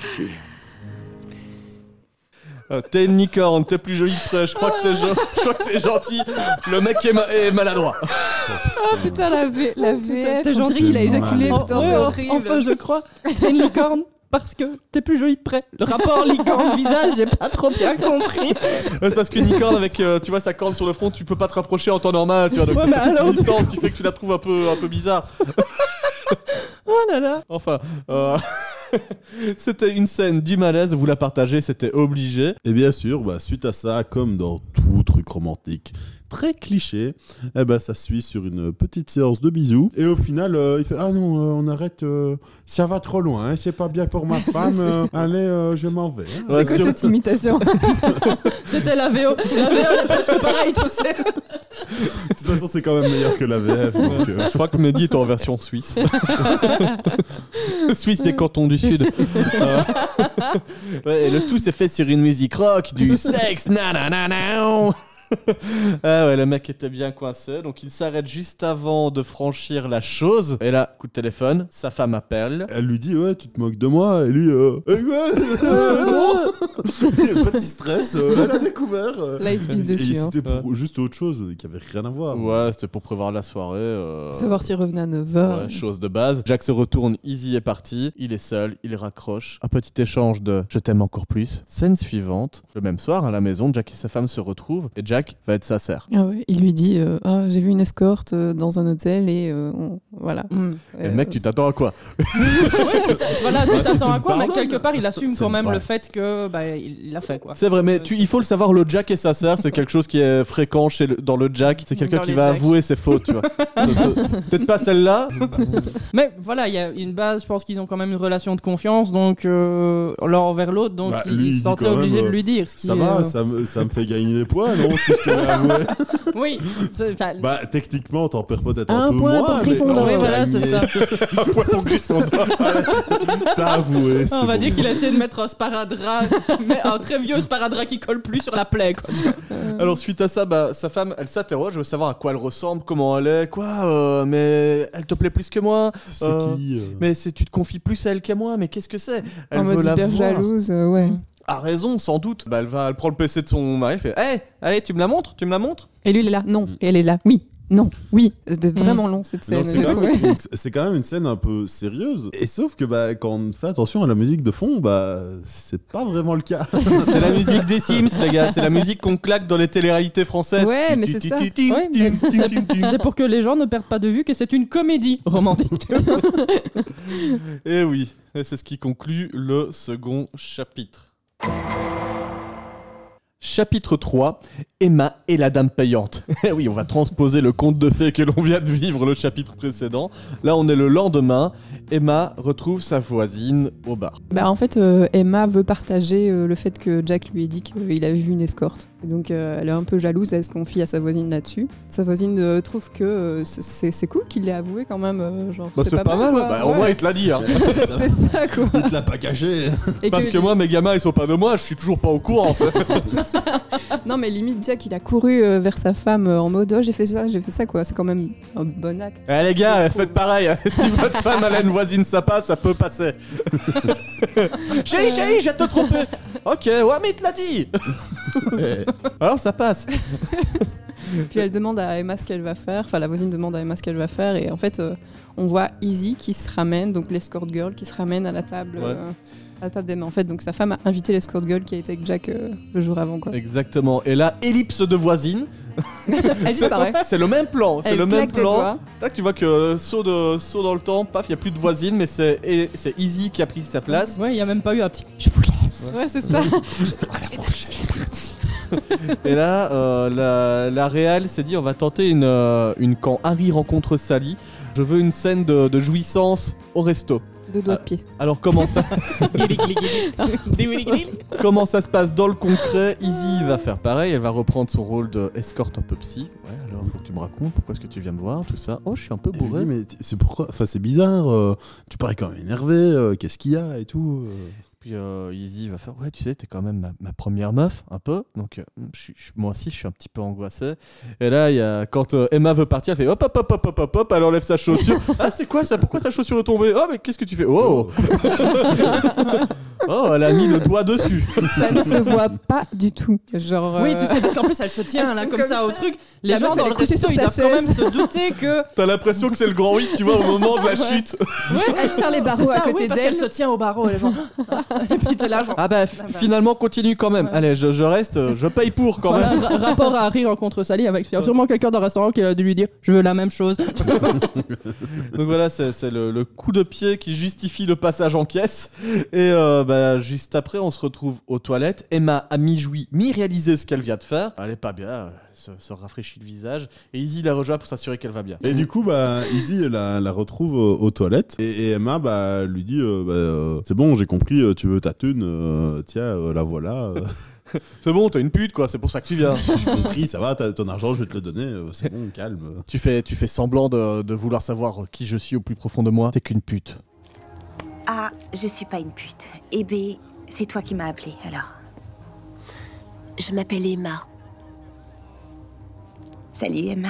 Je suis.
Euh, t'es une licorne, t'es plus jolie de près, je crois que t'es, gen- je crois que t'es gentil. Le mec est, ma- est maladroit.
Ah putain, la, V- la VF,
t'es
on dirait
gentil.
qu'il a éjaculé,
En-
putain,
ouais,
c'est
en-
horrible.
Enfin je crois, t'es une licorne parce que t'es plus jolie de près. Le rapport licorne-visage, j'ai pas trop bien compris.
Ouais, C'est parce qu'une licorne avec, euh, tu vois, sa corne sur le front, tu peux pas te rapprocher en temps normal, tu vois. Donc
Ouais,
c'est
mais
cette petite
alors, du
distance qui fait que tu la trouves un peu, un peu bizarre.
Oh là là.
Enfin, euh, c'était une scène du malaise, vous la partagez, c'était obligé.
Et bien sûr, bah, suite à ça, comme dans tout truc romantique, très cliché. Eh ben, ça suit sur une petite séance de bisous. Et au final, euh, il fait Ah non, euh, on arrête, euh, ça va trop loin, hein, c'est pas bien pour ma femme, euh, allez, euh, je m'en vais. hein.
Ouais,
C'est
sur-
quoi cette imitation C'était la VO. La VO, elle est presque pareille, tu sais.
De toute façon, c'est quand même meilleur que la VF. donc, euh,
Je crois que Mehdi est en version suisse. suisse des cantons du Sud. Euh, ouais, et le tout s'est fait sur une musique rock, du sexe, nanana. Ah ouais, le mec était bien coincé, donc il s'arrête juste avant de franchir la chose. Et là, coup de téléphone, sa femme appelle.
Elle lui dit ouais tu te moques de moi et lui euh, Eh ouais, euh, non Il y a petit stress euh, elle a découvert euh.
Là, il se pisse
Et
dessus, hein.
c'était pour juste autre chose euh, qui avait rien à voir
Ouais, c'était pour prévoir la soirée. euh,
Savoir s'il revenait à 9h.
Ouais, chose de base. Jack se retourne, Easy est parti, il est seul, il raccroche. Un petit échange de je t'aime encore plus. Scène suivante, le même soir à la maison, Jack et sa femme se retrouvent et Jack va être sa sœur.
Ah ouais, il lui dit euh, Ah, j'ai vu une escorte euh, dans un hôtel et euh, on- voilà. Eh
Et le mec, tu t'attends à quoi Bah,
Voilà, tu t'attends à quoi Mais
pardonnes.
quelque part, il assume
C'est-
quand même
ouais.
le fait que bah, il l'a fait
Ah,
quoi.
C'est vrai,
euh,
mais tu, il faut le savoir, le Jack et sa sœur, c'est quelque chose qui est fréquent chez le- dans le Jack. C'est quelqu'un
Dans
qui
les
va
Jacks.
avouer ses fautes, tu vois. Ce- ce- Peut-être pas celle-là.
Mais voilà, il y a une base, je pense qu'ils ont quand même une relation de confiance, donc euh, l'un envers l'autre, donc
Bah,
ils
lui, il
il
dit
se sentaient
quand même,
obligés
euh,
de lui dire. Ce qui
ça
est,
va
euh,
ça me, ça me fait gagner des points non si je te l'avouais.
Oui, c'est- enfin,
bah techniquement t'en perds peut-être un,
Un
peu
point
moins
pour
mais
Gryffondor.
t'as
oui, voilà, c'est
gagné.
ça.
un point pour Gryffondor Allez, t'as avoué
On
c'est
va
bon.
dire qu'il a essayé de mettre un sparadrap, mais un très vieux sparadrap qui colle plus sur la plaie. Quoi.
Alors suite à ça, bah, sa femme, elle s'interroge, je veux savoir à quoi elle ressemble, comment elle est, quoi, euh, mais elle te plaît plus que moi.
c'est
Oh.
Euh,
qui euh,
Mais c'est tu te confies plus à elle qu'à moi, mais qu'est-ce que c'est Elle
En mode
la
hyper
voir.
jalouse, euh, ouais.
A raison, sans doute. Bah, elle va, elle prend le PC de son mari, elle fait, hé, allez, tu me la montres, tu me la montres.
Et lui, il est là, non.
Mm.
Et elle est là, oui, non, oui. C'était vraiment long cette
Non,
scène.
c'est quand,
Ouais.
même- donc, c'est quand même une scène un peu sérieuse. Et sauf que bah, quand on fait attention à la musique de fond, bah, c'est pas vraiment le cas.
C'est la musique des Sims, les gars. C'est la musique qu'on claque dans les téléréalités françaises.
Ouais,
Tu-
mais
tu-
c'est
tu-
ça.
tu- tu-
Ouais,
tu-
mais
tu- tu- tu- tu.
C'est pour que les gens ne perdent pas de vue que c'est une comédie romantique.
Et Eh oui, et c'est ce qui conclut le second chapitre. Chapitre 3, Emma et la dame payante. Eh oui, on va transposer le conte de fées que l'on vient de vivre le chapitre précédent. Là, on est le lendemain. Emma retrouve sa voisine au bar.
Bah, en fait, euh, Emma veut partager euh, le fait que Jack lui ait dit qu'il avait vu une escorte. Et donc, euh, elle est un peu jalouse, elle se confie à sa voisine là-dessus. Sa voisine euh, trouve que euh, c'est- c'est c'est cool qu'il l'ait avoué quand même. euh, genre, quoi.
Bah, au
Ouais,
moins, il te l'a dit. hein.
C'est ça, quoi.
Il te l'a pas caché.
Et
Parce que moi, mes gamins, ils sont pas de moi, je suis toujours pas au courant. en fait.
Non, mais limite, Jack, il a couru euh, vers sa femme euh, en mode Oh, j'ai fait ça, j'ai fait ça, quoi. C'est quand même un bon acte.
Eh les gars,
Je trouve.
faites pareil. hein. si votre femme elle a une voisine sympa, ça peut passer. chérie, chérie, je vais te tromper. Ok, ouais, mais il te l'a dit. Eh. Alors ça passe.
Puis elle demande à Emma ce qu'elle va faire. Enfin, la voisine demande à Emma ce qu'elle va faire. Et en fait, euh, on voit Izzy qui se ramène, donc l'escort girl, qui se ramène à la table.
Ouais.
euh, à la table d'Emma. En fait, donc sa femme a invité l'escort girl qui a été avec Jack euh, le jour avant, quoi.
Exactement. Et là, ellipse de voisine.
Elle disparaît.
C'est le même plan. C'est
Elle
le même
claque des
plan.
doigts.
Tac, tu vois que euh, saut, de, saut dans le temps, paf, il n'y a plus de voisine, mais c'est et c'est Easy qui a pris sa place.
Ouais, il n'y a même pas eu un petit.
Ouais, c'est ça.
Et là, euh, la, la Real s'est dit on va tenter une, euh, une quand Harry rencontre Sally. Je veux une scène de, de jouissance au resto.
Deux doigts de pied.
Alors comment ça Comment ça se passe dans le concret Izzy va faire pareil, elle va reprendre son rôle d'escorte un peu psy. Ouais, alors faut que tu me racontes pourquoi est-ce que tu viens me voir, tout ça. Oh, je suis un peu
Et lui
bourré.
dit, mais t- c'est pourquoi Enfin, c'est bizarre. euh, tu parais quand même énervé. euh, Qu'est-ce qu'il y a et tout. euh.
Puis euh, Izzy va faire Ouais, tu sais, t'es quand même ma, ma première meuf, un peu. Donc euh, je suis- je- moi aussi, je suis un petit peu angoissé. Et là, il y a, quand euh, Emma veut partir, elle fait Hop, hop, hop, hop, hop, hop, hop, elle enlève sa chaussure. ah, c'est quoi ça Pourquoi ta chaussure est tombée Oh, mais qu'est-ce que tu fais Oh Oh, elle a mis le doigt dessus.
Ça
Ah.
ne se voit pas du tout. Genre.
Oui,
euh,
tu sais, parce qu'en plus, elle se tient
Elles
là,
sont
comme
comme
ça au
ça.
truc. Les
La
gens
meuf,
dans
elle
le
est couchée
resto,
sur
ils
sa
doivent quand même
chaise.
se douter que.
T'as l'impression que c'est le grand 8, tu vois, au moment de la chute.
Elle tient les barreaux à
Ça, oui,
côté
parce
d'elle.
qu'elle se tient au barreau, les gens. Ah. Et puis t'es là, genre.
Ah bah,
bah.
finalement continue quand même. Allez, je, je reste, euh, je paye pour quand
Voilà,
même.
ra- rapport à Harry rencontre Sally avec. Il y a sûrement quelqu'un dans le restaurant qui a dû lui dire Je veux la même chose.
Donc voilà, c'est c'est le, le coup de pied qui justifie le passage en caisse. Et euh, bah, bah, juste après, on se retrouve aux toilettes. Emma a mi-joui, mi-réalisé ce qu'elle vient de faire. Elle est pas bien, elle se, se rafraîchit le visage. Et Izzy la rejoint pour s'assurer qu'elle va bien.
Et du coup, bah, Izzy la, la retrouve euh, aux toilettes et, et Emma bah, lui dit euh, bah, euh, C'est bon, j'ai compris, euh, tu veux ta thune, euh, tiens, euh, la voilà. euh,
C'est bon, t'as une pute, quoi, c'est pour ça que tu viens.
j'ai compris, ça va, t'as- ton argent, je vais te le donner, euh, c'est bon, calme.
tu, fais, tu fais semblant de, de vouloir savoir qui je suis au plus profond de moi. T'es qu'une pute.
A, Ah, je suis pas une pute. Et B, c'est toi qui m'as appelé, alors.
Je m'appelle Emma.
Salut Emma.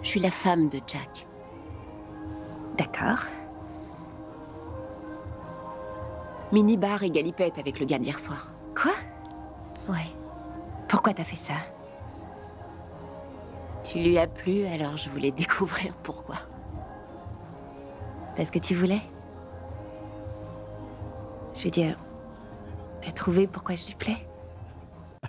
Je suis la femme de Jack.
D'accord.
Mini-bar et galipette avec le gars d'hier soir.
Quoi
Ouais.
Pourquoi t'as fait ça
Tu lui as plu, alors je voulais découvrir pourquoi.
Parce que tu voulais Je veux dire, t'as trouvé pourquoi je lui plais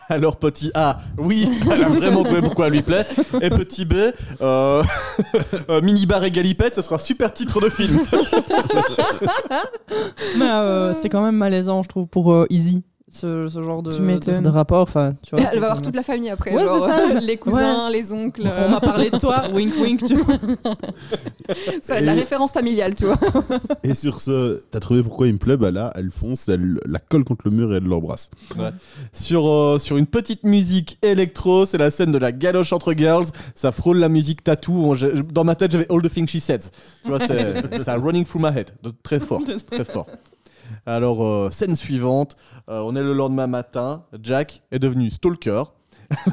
Alors, petit A, oui, elle a vraiment trouvé pourquoi elle lui plaît. Et petit B, euh, euh, mini-bar et galipette, ce sera un super titre de film.
Mais euh, c'est quand même malaisant, je trouve, pour euh, Izzy, ce, ce genre de,
Tu m'étonnes.
de- de rapport. Enfin, tu vois,
Elle
c'est
va voir
comme-
toute la famille après.
Ouais,
genre,
c'est ça.
les cousins, les oncles. euh,
On m'a parlé de toi, wink wink, tu vois.
Ça va être la
Et-
référence familiale, tu vois.
Et sur ce, t'as trouvé pourquoi il me plaît Bah là, elle fonce, elle la colle contre le mur et elle l'embrasse.
sur, euh, sur une petite musique électro. C'est la scène de la galoche entre girls. Ça frôle la musique tattoo. On- j'ai- dans ma tête, j'avais All the Things She Said. Tu vois, c'est c'est un running through my head. De- très fort, très fort. Alors, euh, scène suivante. Euh, on est le lendemain matin. Jack est devenu stalker.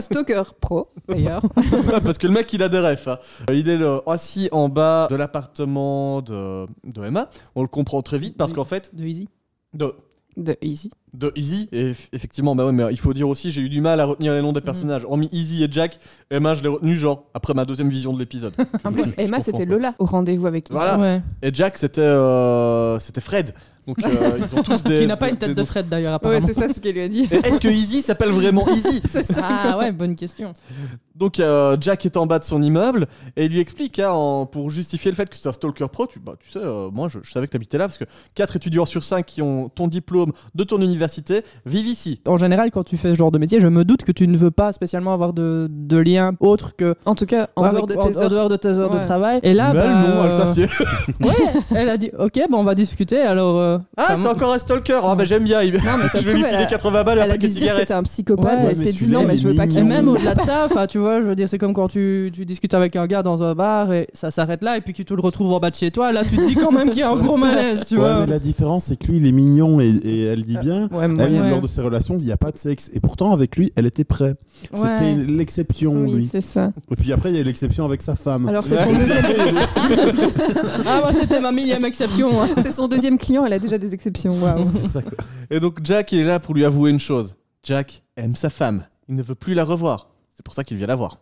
Stalker pro, d'ailleurs.
Ouais, parce que le mec il a des refs. hein. Euh, Il est le- assis en bas de l'appartement de, de Emma. On le comprend très vite parce qu'en fait,
De Izzy.
de,
De Easy.
de Easy, et eff- effectivement, bah ouais, mais il faut dire aussi, j'ai eu du mal à retenir les noms
Mm.
des personnages. Hormis Easy et Jack, Emma, je l'ai retenu genre après ma deuxième vision de l'épisode.
En
Je-
plus,
je
Emma,
comprends
c'était
pas.
Lola au rendez-vous avec Izzy.
Voilà.
Ouais.
Et Jack, c'était euh, c'était Fred. Donc euh, ils ont tous des.
Qui n'a pas
des-
une tête
des-
de Fred d'ailleurs,
Ouais,
apparemment.
c'est ça ce qu'elle lui a dit.
Et Est-ce que Easy s'appelle vraiment Easy
ah ouais, bonne question.
Donc euh, Jack est en bas de son immeuble et il lui explique, hein, en- pour justifier le fait que c'est un stalker pro, tu, bah, tu sais, euh, moi je, je savais que t'habitais là parce que 4 étudiants sur 5 qui ont ton diplôme de ton université vivent ici.
En général, quand tu fais ce genre de métier, je me doute que tu ne veux pas spécialement avoir de, de lien autre que.
En tout cas, en
Ouais,
dehors de
avec-
tes
en- en
heures.
dehors de tes heures
Ouais.
de travail. Et là,
Mais elle,
bah,
non, elle
euh,
s'assied.
ouais, elle a dit Ok, bah, on va discuter. Alors, euh,
Ah,
enfin,
c'est encore un stalker Ah, bah j'aime bien, il-
ça
je
se
vais lui
trouve,
filer
elle a-
80 balles
Elle
après
a dû
paquet
se
de
dire que
cigarettes.
c'était un psychopathe.
Ouais,
elle
mais
s'est dit
celui-là,
non,
il
mais
est
je veux pas qu'il
Et
mignon.
entende
même
la
au-delà de ça, enfin tu vois, je veux dire, c'est comme quand tu, tu discutes avec un gars dans un bar et ça s'arrête là et puis que tu le retrouves en bas de chez toi, là tu te dis quand même qu'il y a un gros malaise, tu
ouais,
vois.
mais la différence, c'est que lui, il est mignon et, et elle dit bien.
Euh, Ouais,
Elle,
Ouais.
lors de ses relations, il n'y a pas de sexe. Et pourtant, avec lui, elle était prête. C'était
Ouais.
l'exception,
Oui,
lui.
c'est ça.
Et puis après, il y a l'exception avec sa femme.
Alors, c'est son, deuxième...
Ah, moi c'était ma millième exception. hein.
c'est son deuxième client, elle a déjà des exceptions. Waouh.
C'est ça, quoi.
Et donc Jack il est là pour lui avouer une chose. Jack aime sa femme. Il ne veut plus la revoir. C'est pour ça qu'il vient la voir.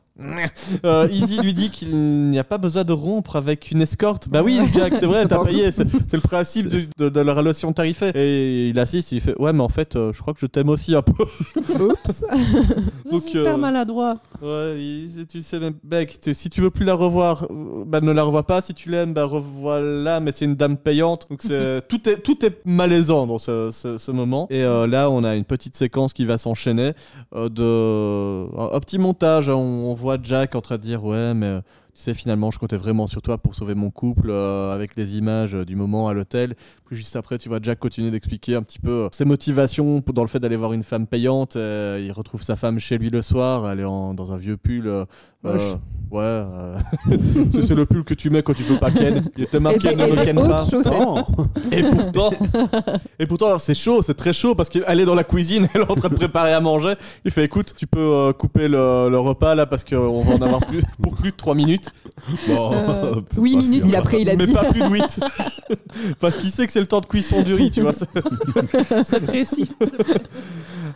Euh, Izzy lui dit qu'il n'y a pas besoin de rompre avec une escorte. Bah oui, Jack, c'est vrai,
C'est
t'as
pas
payé. C'est c'est le principe du- de, de la relation tarifée. Et il assiste, il fait Ouais, mais en fait, euh, je crois que je t'aime aussi un peu.
Oups.
Donc,
Super
euh,
maladroit.
Ouais, il- tu sais, même, mec, tu- si tu veux plus la revoir, euh, bah ne la revois pas. Si tu l'aimes, bah revois-la, mais c'est une dame payante. Donc c'est- tout, est, tout est malaisant dans ce, ce- ce moment. Et euh, là, on a une petite séquence qui va s'enchaîner euh, de. Un, un petit montage, hein. on, on voit Jack en train de dire Ouais, mais. euh, Tu sais, finalement, je comptais vraiment sur toi pour sauver mon couple euh, avec les images euh, du moment à l'hôtel. Puis juste après, tu vois Jack continuer d'expliquer un petit peu euh, ses motivations pour- dans le fait d'aller voir une femme payante. Euh, il retrouve sa femme chez lui le soir. Elle est en- dans un vieux pull. euh,
Moche.
euh, ouais. euh, c'est c'est le pull que tu mets quand tu veux pas Ken. Il était
Et
marqué
des,
ne
et
me
des
Ken pas.
hautes chaussettes.
Oh
Et pourtant, et pourtant alors, c'est chaud, c'est très chaud parce qu'elle est dans la cuisine, elle est en train de préparer à manger. Il fait écoute, tu peux euh, couper le, le repas là parce qu'on va en avoir plus, pour plus de 3 minutes.
Bon,
Euh,
pas
huit
sûr.
minutes, il a pris, il a
mais
dit.
pas plus de 8. parce qu'il sait que c'est le temps de cuisson du riz, tu vois. c'est-
C'est précis.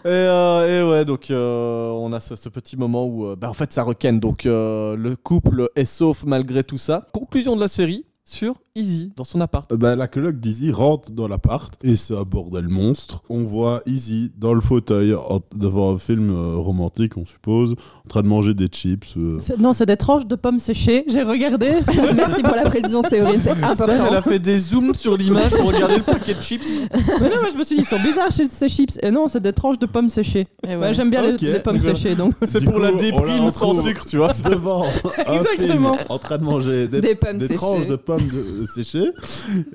Et, euh, et ouais, donc euh, on a ce, ce petit moment où, euh, bah, en fait, ça requenne. Donc euh, le couple est sauf malgré tout ça. Conclusion de la série. sur Easy dans son appart.
Euh, bah, la coloc d'Izzy rentre dans l'appart et c'est un bordel monstre. On voit Izzy dans le fauteuil en- devant un film euh, romantique, on suppose, en train de manger des chips. euh.
C'est- Non, c'est des tranches de pommes séchées, j'ai regardé.
Merci pour la précision, Théorine, c'est
Ça, elle
important.
a fait des zooms sur l'image pour regarder le paquet de chips.
mais non, mais je me suis dit, ils sont bizarres chez ces chips. Et non, c'est des tranches de pommes séchées.
Et
Bah,
ouais.
J'aime bien les-
Ok.
les, pommes séchées, donc.
C'est
Du
pour
coup,
la
on la
déprime sans
retrouve.
sucre, tu vois.
Devant un film
Exactement.
en train de manger des,
Des pommes séchées.
tranches de pommes de- séchées. Et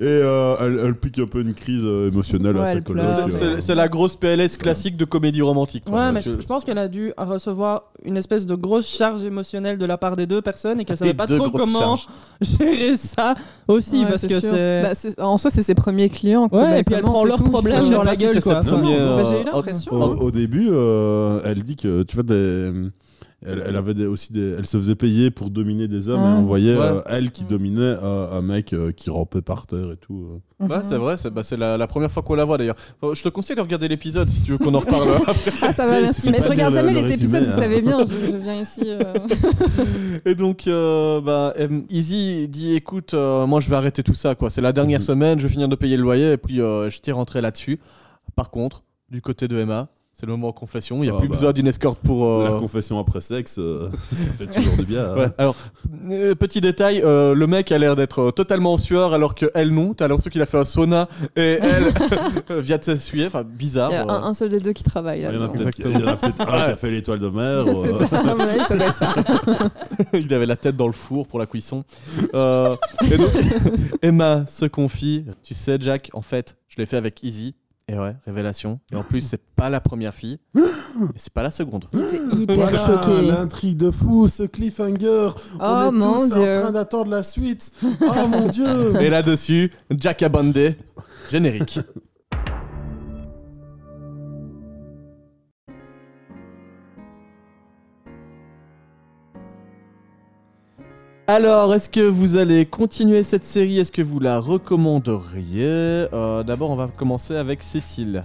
euh, elle, elle pique un peu une crise euh, émotionnelle à
Ouais,
sa
elle
coloc.
pleure.
euh.
C'est- C'est c'est la grosse PLS classique de comédie romantique. quoi.
Ouais, mais
Tu-
je, je pense qu'elle a dû recevoir une espèce de grosse charge émotionnelle de la part des deux personnes et qu'elle savait
Et
pas
deux
trop
grosses
comment
charges.
gérer ça aussi
Ouais,
parce que
sûr.
c'est.
Bah, c'est- en soi, c'est ses premiers clients. quoi.
Ouais,
Bah,
et puis elle
comment
prend
c'est
leurs
tout,
problèmes
faut-
dans la
pas si
gueule,
c'est
quoi.
cette
Enfin,
première,
non,
euh,
bah, j'ai eu
hot-
l'impression,
Au,
hein.
au début, euh, elle dit que tu vois des. Elle, elle avait des- aussi des, elle se faisait payer pour dominer des hommes et
Hein
Ouais.
on voyait
Ouais.
euh, elle qui dominait euh, un mec euh, qui rampait par terre et tout. euh.
Mm-hmm.
Ouais, c'est vrai, c'est bah, c'est la, la première fois qu'on la voit d'ailleurs. Euh, Je te conseille de regarder l'épisode si tu veux qu'on en reparle.
Ah, ça va,
Tu sais, il
merci.
suffit
Mais
pas
je
de
regarde
le-
jamais
le
les
résumer,
épisodes,
hein.
vous savez bien, je, je viens ici. euh.
Et donc, euh, bah, em, Izzy dit écoute, euh, moi je vais arrêter tout ça, quoi. C'est la dernière
Mhm.
semaine, je vais finir de payer le loyer et puis euh, je t'ai rentré là-dessus. Par contre, du côté de Emma, c'est le moment en confession, il n'y a
Ah,
plus
bah.
besoin d'une escorte pour. euh,
Oh.
La confession après sexe, euh, ça fait toujours du bien. hein.
Ouais, alors, euh, petit détail, euh, le mec a l'air d'être euh, totalement en sueur alors que elle non. T'as l'impression qu'il a fait un sauna et elle vient de s'essuyer. Enfin, bizarre.
Il y a
euh.
un, un seul des deux qui travaille là.
Ah, Il y en a
dedans.
peut-être il y en a peut-être un qui a fait l'étoile de mer. ou, euh,
C'est ça, à mon avis, ça doit être ça.
Il avait la tête dans le four pour la cuisson. Euh, et donc, Emma se confie. Tu sais, Jack, en fait, je l'ai fait avec Izzy. Et ouais, révélation. Et en plus, c'est pas la première fille. Et c'est pas la seconde.
T'es hyper
Voilà,
choqué.
L'intrigue de fou, ce cliffhanger.
Oh, mon Dieu.
d'attendre la suite. Oh mon dieu.
Et là-dessus, Jack Abandé, générique. Alors, est-ce que vous allez continuer cette série Est-ce que vous la recommanderiez Euh, D'abord, on va commencer avec Cécile.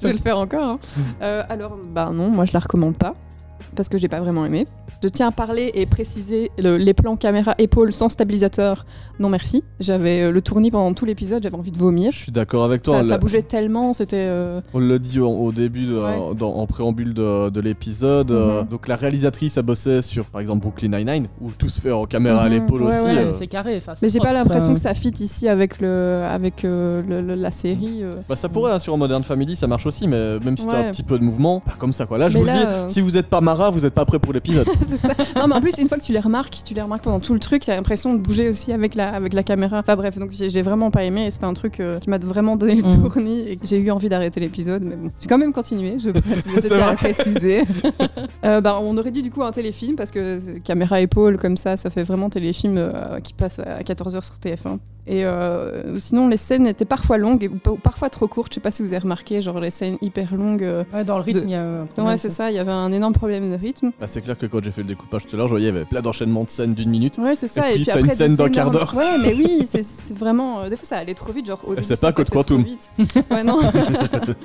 Je vais le faire encore. hein. Euh, alors, bah non, moi je la recommande pas. Parce que j'ai pas vraiment aimé. Je tiens à parler et préciser le- les plans caméra épaule sans stabilisateur. Non merci. J'avais euh, le tournis pendant tout l'épisode, j'avais envie de vomir.
Je suis d'accord avec toi.
Ça,
on
ça
l'a-
bougeait tellement, c'était. euh,
On l'a dit au, au début, de- euh,
Ouais. Mhm.
dans- en préambule de, de l'épisode. euh, donc la réalisatrice a bossé sur, par exemple, Brooklyn Nine-Nine, où tout se fait en caméra à
Mhm,
l'épaule
ouais,
aussi.
ouais.
euh.
c'est carré. enfin, c'est
Oh,
Mais j'ai pas
propre,
l'impression
ça.
que ça fit ici avec, le, avec euh, le- le- la série. euh.
Bah ça pourrait, hein, sur Modern Family, ça marche aussi, mais même si t'as
Ouais.
un petit peu de mouvement, bah, comme ça quoi. Là, je
Mais
vous le
là,
dis,
euh,
si vous êtes pas Mara, vous êtes pas prêt pour l'épisode.
C'est ça. Non, mais en plus, une fois que tu les remarques, tu les remarques pendant tout le truc, t'as l'impression de bouger aussi avec la, avec la caméra. Enfin bref, donc j'ai j'ai vraiment pas aimé et c'était un truc euh, qui m'a vraiment donné le
Mm.
tournis et que j'ai eu envie d'arrêter l'épisode, mais bon. J'ai quand même continué, je, je
C'est
tiens à
vrai.
le préciser. Euh, bah, on aurait dit du coup un téléfilm parce que c'est- caméra épaule comme ça, ça fait vraiment téléfilm euh, qui passe à 14h sur TF1. Et euh, sinon, les scènes étaient parfois longues et, ou pa- ou parfois trop courtes. Je sais pas si vous avez remarqué, genre les scènes hyper longues. euh.
Ouais, dans le rythme,
De-
il y a. un problème,
Ouais, c'est ça, il y avait un énorme problème de rythme.
Bah, c'est clair que quand j'ai fait le découpage tout à l'heure, je voyais il y avait plein d'enchaînements de scènes d'une minute.
Ouais, c'est ça.
Et
Et,
puis,
puis
t'as
après,
une
des
scène d'un quart
énormes-
d'heure. Ah,
Ouais, mais oui, c'est- c'est vraiment. euh, Des fois, ça allait trop vite, genre au début.
c'est
ça
pas Code
passait trop
Quantum.
vite. Ouais, non.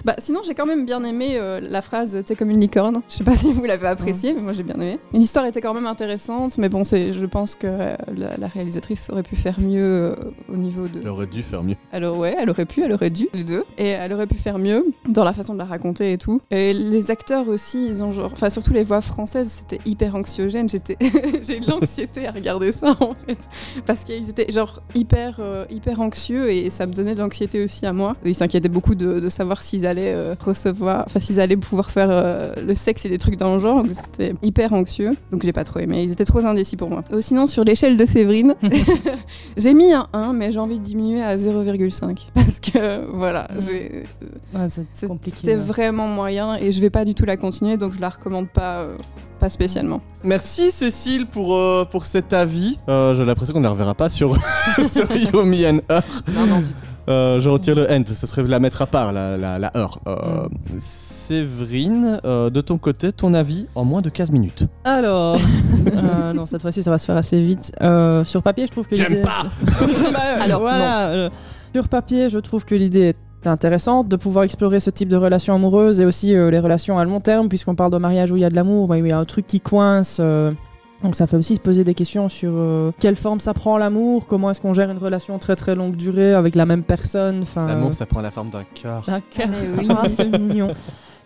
bah, sinon, j'ai quand même bien aimé euh, la phrase T'es comme une licorne. Je sais pas si vous l'avez appréciée, mais moi j'ai bien aimé. Et L'histoire était quand même intéressante, mais bon, c'est- je pense que euh, la, la réalisatrice aurait pu faire mieux euh, au niveau de.
Elle aurait dû faire mieux.
Alors ouais, elle aurait pu, elle aurait dû, les deux. Et elle aurait pu faire mieux dans la façon de la raconter et tout. Et les acteurs aussi, ils ont genre... Enfin, surtout les voix françaises, c'était hyper anxiogène. J'étais... J'ai eu de l'anxiété à regarder ça, en fait. Parce qu'ils étaient genre hyper, euh, hyper anxieux et ça me donnait de l'anxiété aussi à moi. Ils s'inquiétaient beaucoup de, de savoir s'ils allaient euh, recevoir... Enfin, s'ils allaient pouvoir faire euh, le sexe et des trucs dans le genre. Donc, C'était hyper anxieux. Donc j'ai pas trop aimé. Ils étaient trop indécis pour moi. Euh, sinon, sur l'échelle de Séverine, j'ai mis un 1, mais j'ai envie de diminuer à 0,5. Parce que, voilà,
Mhm.
j'ai-
Ouais, c'est
c'est-
compliqué.
c'était
ouais.
vraiment moyen et je vais pas du tout la continuer, donc je la recommande pas, euh, pas spécialement.
Merci Cécile pour, euh, pour cet avis. Euh, j'ai l'impression qu'on ne la reverra pas sur, sur Yomi and Her.
Non, non, du tout.
Euh, je retire le end, ce serait la mettre à part, la, la, la Her. Euh,
Mm.
Séverine, euh, de ton côté, ton avis en moins de 15 minutes.
Alors, euh, non, cette fois-ci, ça va se faire assez vite. Euh, sur papier, je trouve que
J'aime
l'idée-
pas
Bah, euh,
Alors,
voilà. euh, sur papier, je trouve que l'idée est intéressante de pouvoir explorer ce type de relations amoureuses et aussi euh, les relations à long terme, puisqu'on parle de mariage où il y a de l'amour, bah, il y a un truc qui coince. euh, Donc ça fait aussi se poser des questions sur euh, quelle forme ça prend l'amour, comment est-ce qu'on gère une relation très très longue durée avec la même personne. enfin,
L'amour, ça prend la forme d'un cœur.
d'un cœur. Ah, c'est mignon.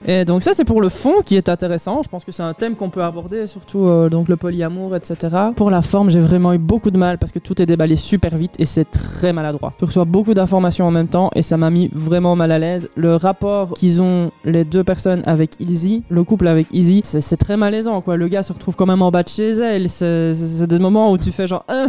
Et donc ça, c'est pour le fond qui est intéressant. Je pense que c'est un thème qu'on peut aborder, surtout euh, donc le polyamour, etc. Pour la forme, j'ai vraiment eu beaucoup de mal parce que tout est déballé super vite et c'est très maladroit. Je reçois beaucoup d'informations en même temps et ça m'a mis vraiment mal à l'aise. Le rapport qu'ils ont les deux personnes avec Izzy, le couple avec Izzy, c'est c'est très malaisant quoi. Le gars se retrouve quand même en bas de chez elle. C'est c'est- c'est des moments où tu fais genre, Hein,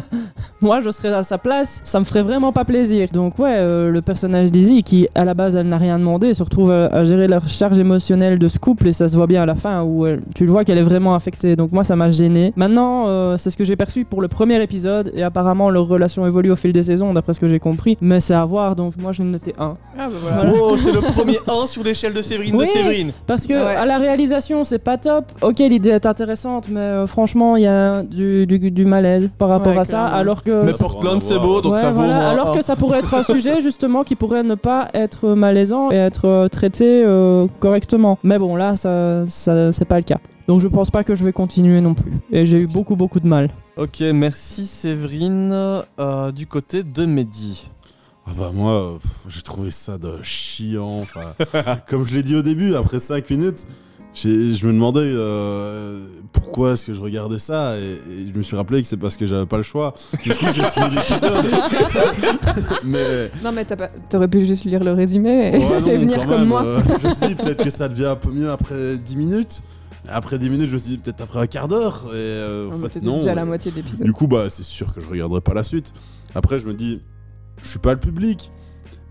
moi je serais à sa place, ça me ferait vraiment pas plaisir. Donc ouais, euh, le personnage d'Izzy qui à la base elle n'a rien demandé se retrouve euh, à, gérer leur charge émotionnelle de ce couple et ça se voit bien à la fin où elle- tu le vois qu'elle est vraiment affectée. Donc moi ça m'a gêné. Maintenant euh, c'est ce que j'ai perçu pour le premier épisode et apparemment leur relation évolue au fil des saisons d'après ce que j'ai compris. Mais c'est à voir donc moi je vais noter un.
Ah bah voilà.
Voilà.
Oh, c'est le premier 1 sur l'échelle de Séverine
Oui.
de Séverine.
Parce que
Ah ouais.
à la réalisation, c'est pas top. Ok, l'idée est intéressante, mais euh, franchement, il y a du, du- du malaise par rapport
Ouais,
à ça.
clairement.
Alors que.
Mais
Ça pourra en
Portland, c'est
avoir.
beau, donc
Euh, Ouais,
ça vaut. au
voilà.
moins
Alors
un.
que ça pourrait être un sujet justement qui pourrait ne pas être malaisant et être euh, traité euh, correctement. Mais bon, là, ça, ça- c'est pas le cas. Donc je pense pas que je vais continuer non plus. Et j'ai eu beaucoup beaucoup de mal.
Ok, merci Séverine. Euh, du côté de Mehdi.
Ah bah moi, euh, pff, j'ai trouvé ça de chiant. enfin, comme je l'ai dit au début, après 5 minutes, j'ai- je me demandais euh, pourquoi est-ce que je regardais ça et, et je me suis rappelé que c'est parce que j'avais pas le choix. Du coup, j'ai fini l'épisode. Mais
Non, mais t'as pas- t'aurais pu juste lire le résumé et,
Ouais, non,
et venir
quand
comme
même,
moi.
euh, je me suis dit, peut-être que ça devient un peu mieux après 10 minutes. Après 10 minutes, je me suis dit, peut-être après un quart d'heure. Et euh, en
Non, Ah, mais
fait,
t'étais
non.
déjà à la
Et
moitié de l'épisode.
Du coup, bah, c'est sûr que je regarderai pas la suite. Après, je me dis, je suis pas le public.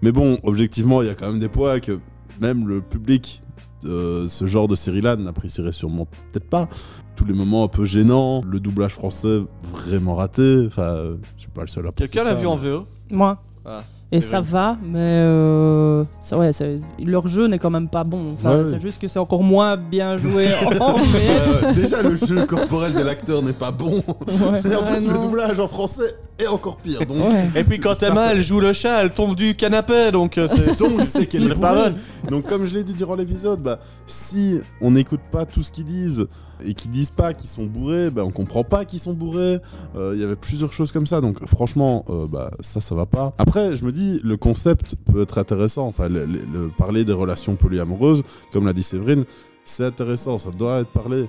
Mais bon, objectivement, il y a quand même des poids que même le public de ce genre de série-là n'apprécierait sûrement peut-être pas. Tous les moments un peu gênants, le doublage français vraiment raté. Enfin, je suis pas le seul à penser
Quelqu'un l'a
ça,
vu en
mais-
VO
Moi.
Ah,
Et
c'est
ça
vrai.
va, mais euh, ça, ouais, ça- leur jeu n'est quand même pas bon. Enfin,
Ouais, ouais.
C'est juste que c'est encore moins bien joué en VF.
Ouais, ouais. déjà, le jeu corporel de l'acteur n'est pas bon.
Ouais.
Et en plus, le
Vraiment.
doublage en français est encore pire. Donc,
Ah Ouais.
Et puis quand
Ça
elle
fait-
mal, elle joue le chat, elle tombe du canapé, donc euh, c'est.
Donc c'est qu'elle
Il
est
est pas
pourrie.
mal.
Donc comme je l'ai dit durant l'épisode, bah, si on n'écoute pas tout ce qu'ils disent et qu'ils disent pas qu'ils sont bourrés, bah, on comprend pas qu'ils sont bourrés. Euh, Il y avait plusieurs choses comme ça. Donc franchement, euh, bah, ça, ça va pas. Après, je me dis, le concept peut être intéressant. Enfin, le, le- le parler des relations polyamoureuses, comme l'a dit Séverine, c'est intéressant. Ça doit être parlé.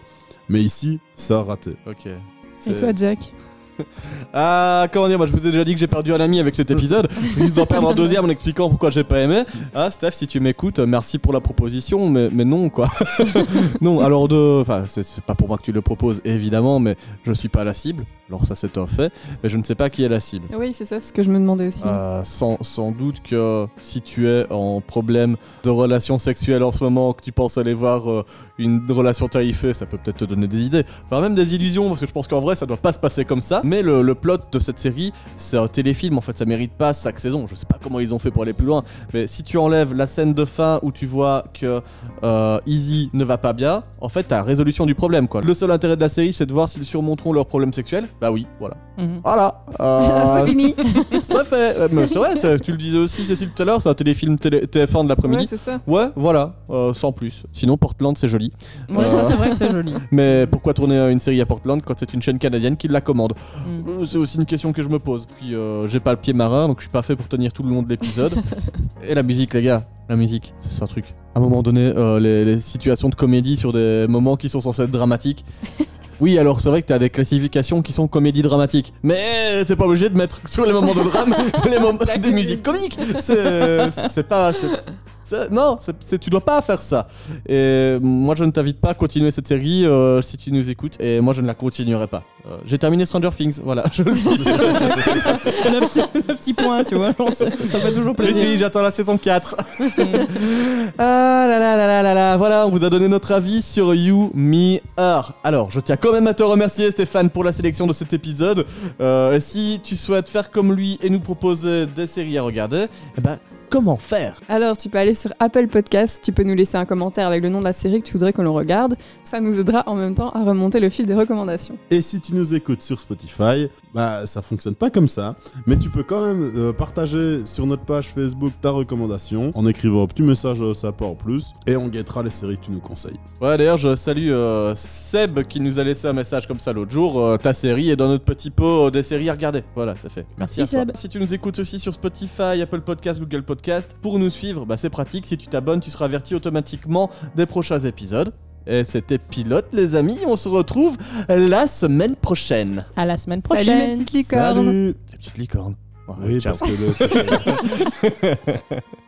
Mais ici, ça a raté.
Ok.
Et
C'est-
toi, Jack
Ah, comment dire, moi je vous ai déjà dit que j'ai perdu un ami avec cet épisode. Je risque d'en perdre un deuxième en expliquant pourquoi j'ai pas aimé. Ah, Steph, si tu m'écoutes, euh, merci pour la proposition, mais, mais non, quoi. non, alors de. Enfin, c'est- c'est pas pour moi que tu le proposes, évidemment, mais je suis pas la cible. Alors ça, c'est un fait, mais je ne sais pas qui est la cible.
Oui, c'est ça, ce que je me demandais aussi.
Ah.
Euh, sans, sans doute que si tu es en problème de relation sexuelle en ce moment, que tu penses aller voir euh, une relation tarifée, ça peut peut-être te donner des idées. Enfin, même des illusions, parce que je pense qu'en vrai, ça doit pas se passer comme ça. Mais le, le plot de cette série, c'est un téléfilm, en fait, ça mérite pas chaque saison. Je sais pas comment ils ont fait pour aller plus loin, mais si tu enlèves la scène de fin où tu vois que euh, Easy ne va pas bien, en fait, t'as résolution du problème, quoi. Le seul intérêt de la série, c'est de voir s'ils surmonteront leur problème sexuel. Bah oui, voilà.
Mhm.
Voilà.
Ah,
Euh,
c'est fini
ça fait. euh, mais c'est vrai, ça- tu le disais aussi, Cécile, tout à l'heure, c'est un téléfilm télé- TF1 de
Ouais,
l'après-midi.
c'est ça.
Ouais, voilà, euh, sans plus. Sinon, Portland, c'est joli.
Ouais, ça c'est vrai que c'est joli.
Mais pourquoi tourner euh, une série à Portland quand c'est une chaîne canadienne qui la commande
Mm.
Euh, C'est aussi une question que je me pose. Puis, euh, j'ai pas le pied marin, donc je suis pas fait pour tenir tout le long de l'épisode. Et la musique, les gars, la musique, c'est un truc. À un moment donné, euh, les, les situations de comédie sur des moments qui sont censés être dramatiques. Oui, alors c'est vrai que t'as des classifications qui sont comédie dramatique, mais t'es pas obligé de mettre sur les moments de drame les moments des musiques comiques. C'est c'est pas, c'est- c'est- non, c'est- c'est- tu dois pas faire ça. Et moi, je ne t'invite pas à continuer cette série euh, si tu nous écoutes, et moi, je ne la continuerai pas. Euh, J'ai terminé Stranger Things, voilà. Je le dis.
le, petit, le petit point, tu vois. genre, ça, ça fait toujours
Mais oui,
plaisir.
j'attends la saison 4.
Mm.
Ah là là là là là là, voilà, on vous a donné notre avis sur You, Me, Her. Alors, je tiens quand même à te remercier Stéphane pour la sélection de cet épisode. Euh, si tu souhaites faire comme lui et nous proposer des séries à regarder, eh ben, Comment faire
Alors, tu peux aller sur Apple Podcast, tu peux nous laisser un commentaire avec le nom de la série que tu voudrais que l'on regarde. Ça nous aidera en même temps à remonter le fil des recommandations.
Et si tu nous écoutes sur Spotify, bah ça fonctionne pas comme ça, mais tu peux quand même euh, partager sur notre page Facebook ta recommandation en écrivant un petit message euh, sympa en plus et on guettera les séries que tu nous conseilles.
Ouais, d'ailleurs, je salue euh, Seb qui nous a laissé un message comme ça l'autre jour. Euh, ta série est dans notre petit pot euh, des séries à regarder. Voilà, ça fait. Merci,
Merci,
à toi.
Seb.
Si tu nous écoutes aussi sur Spotify, Apple Podcast, Google Podcast, pour nous suivre, bah, c'est pratique. Si tu t'abonnes, tu seras averti automatiquement des prochains épisodes. Et c'était Pilote, les amis. On se retrouve la semaine prochaine.
À la semaine
Salut,
prochaine.
mes petites licornes.
Salut
La petite licorne.
Oui,
ciao.
parce que le-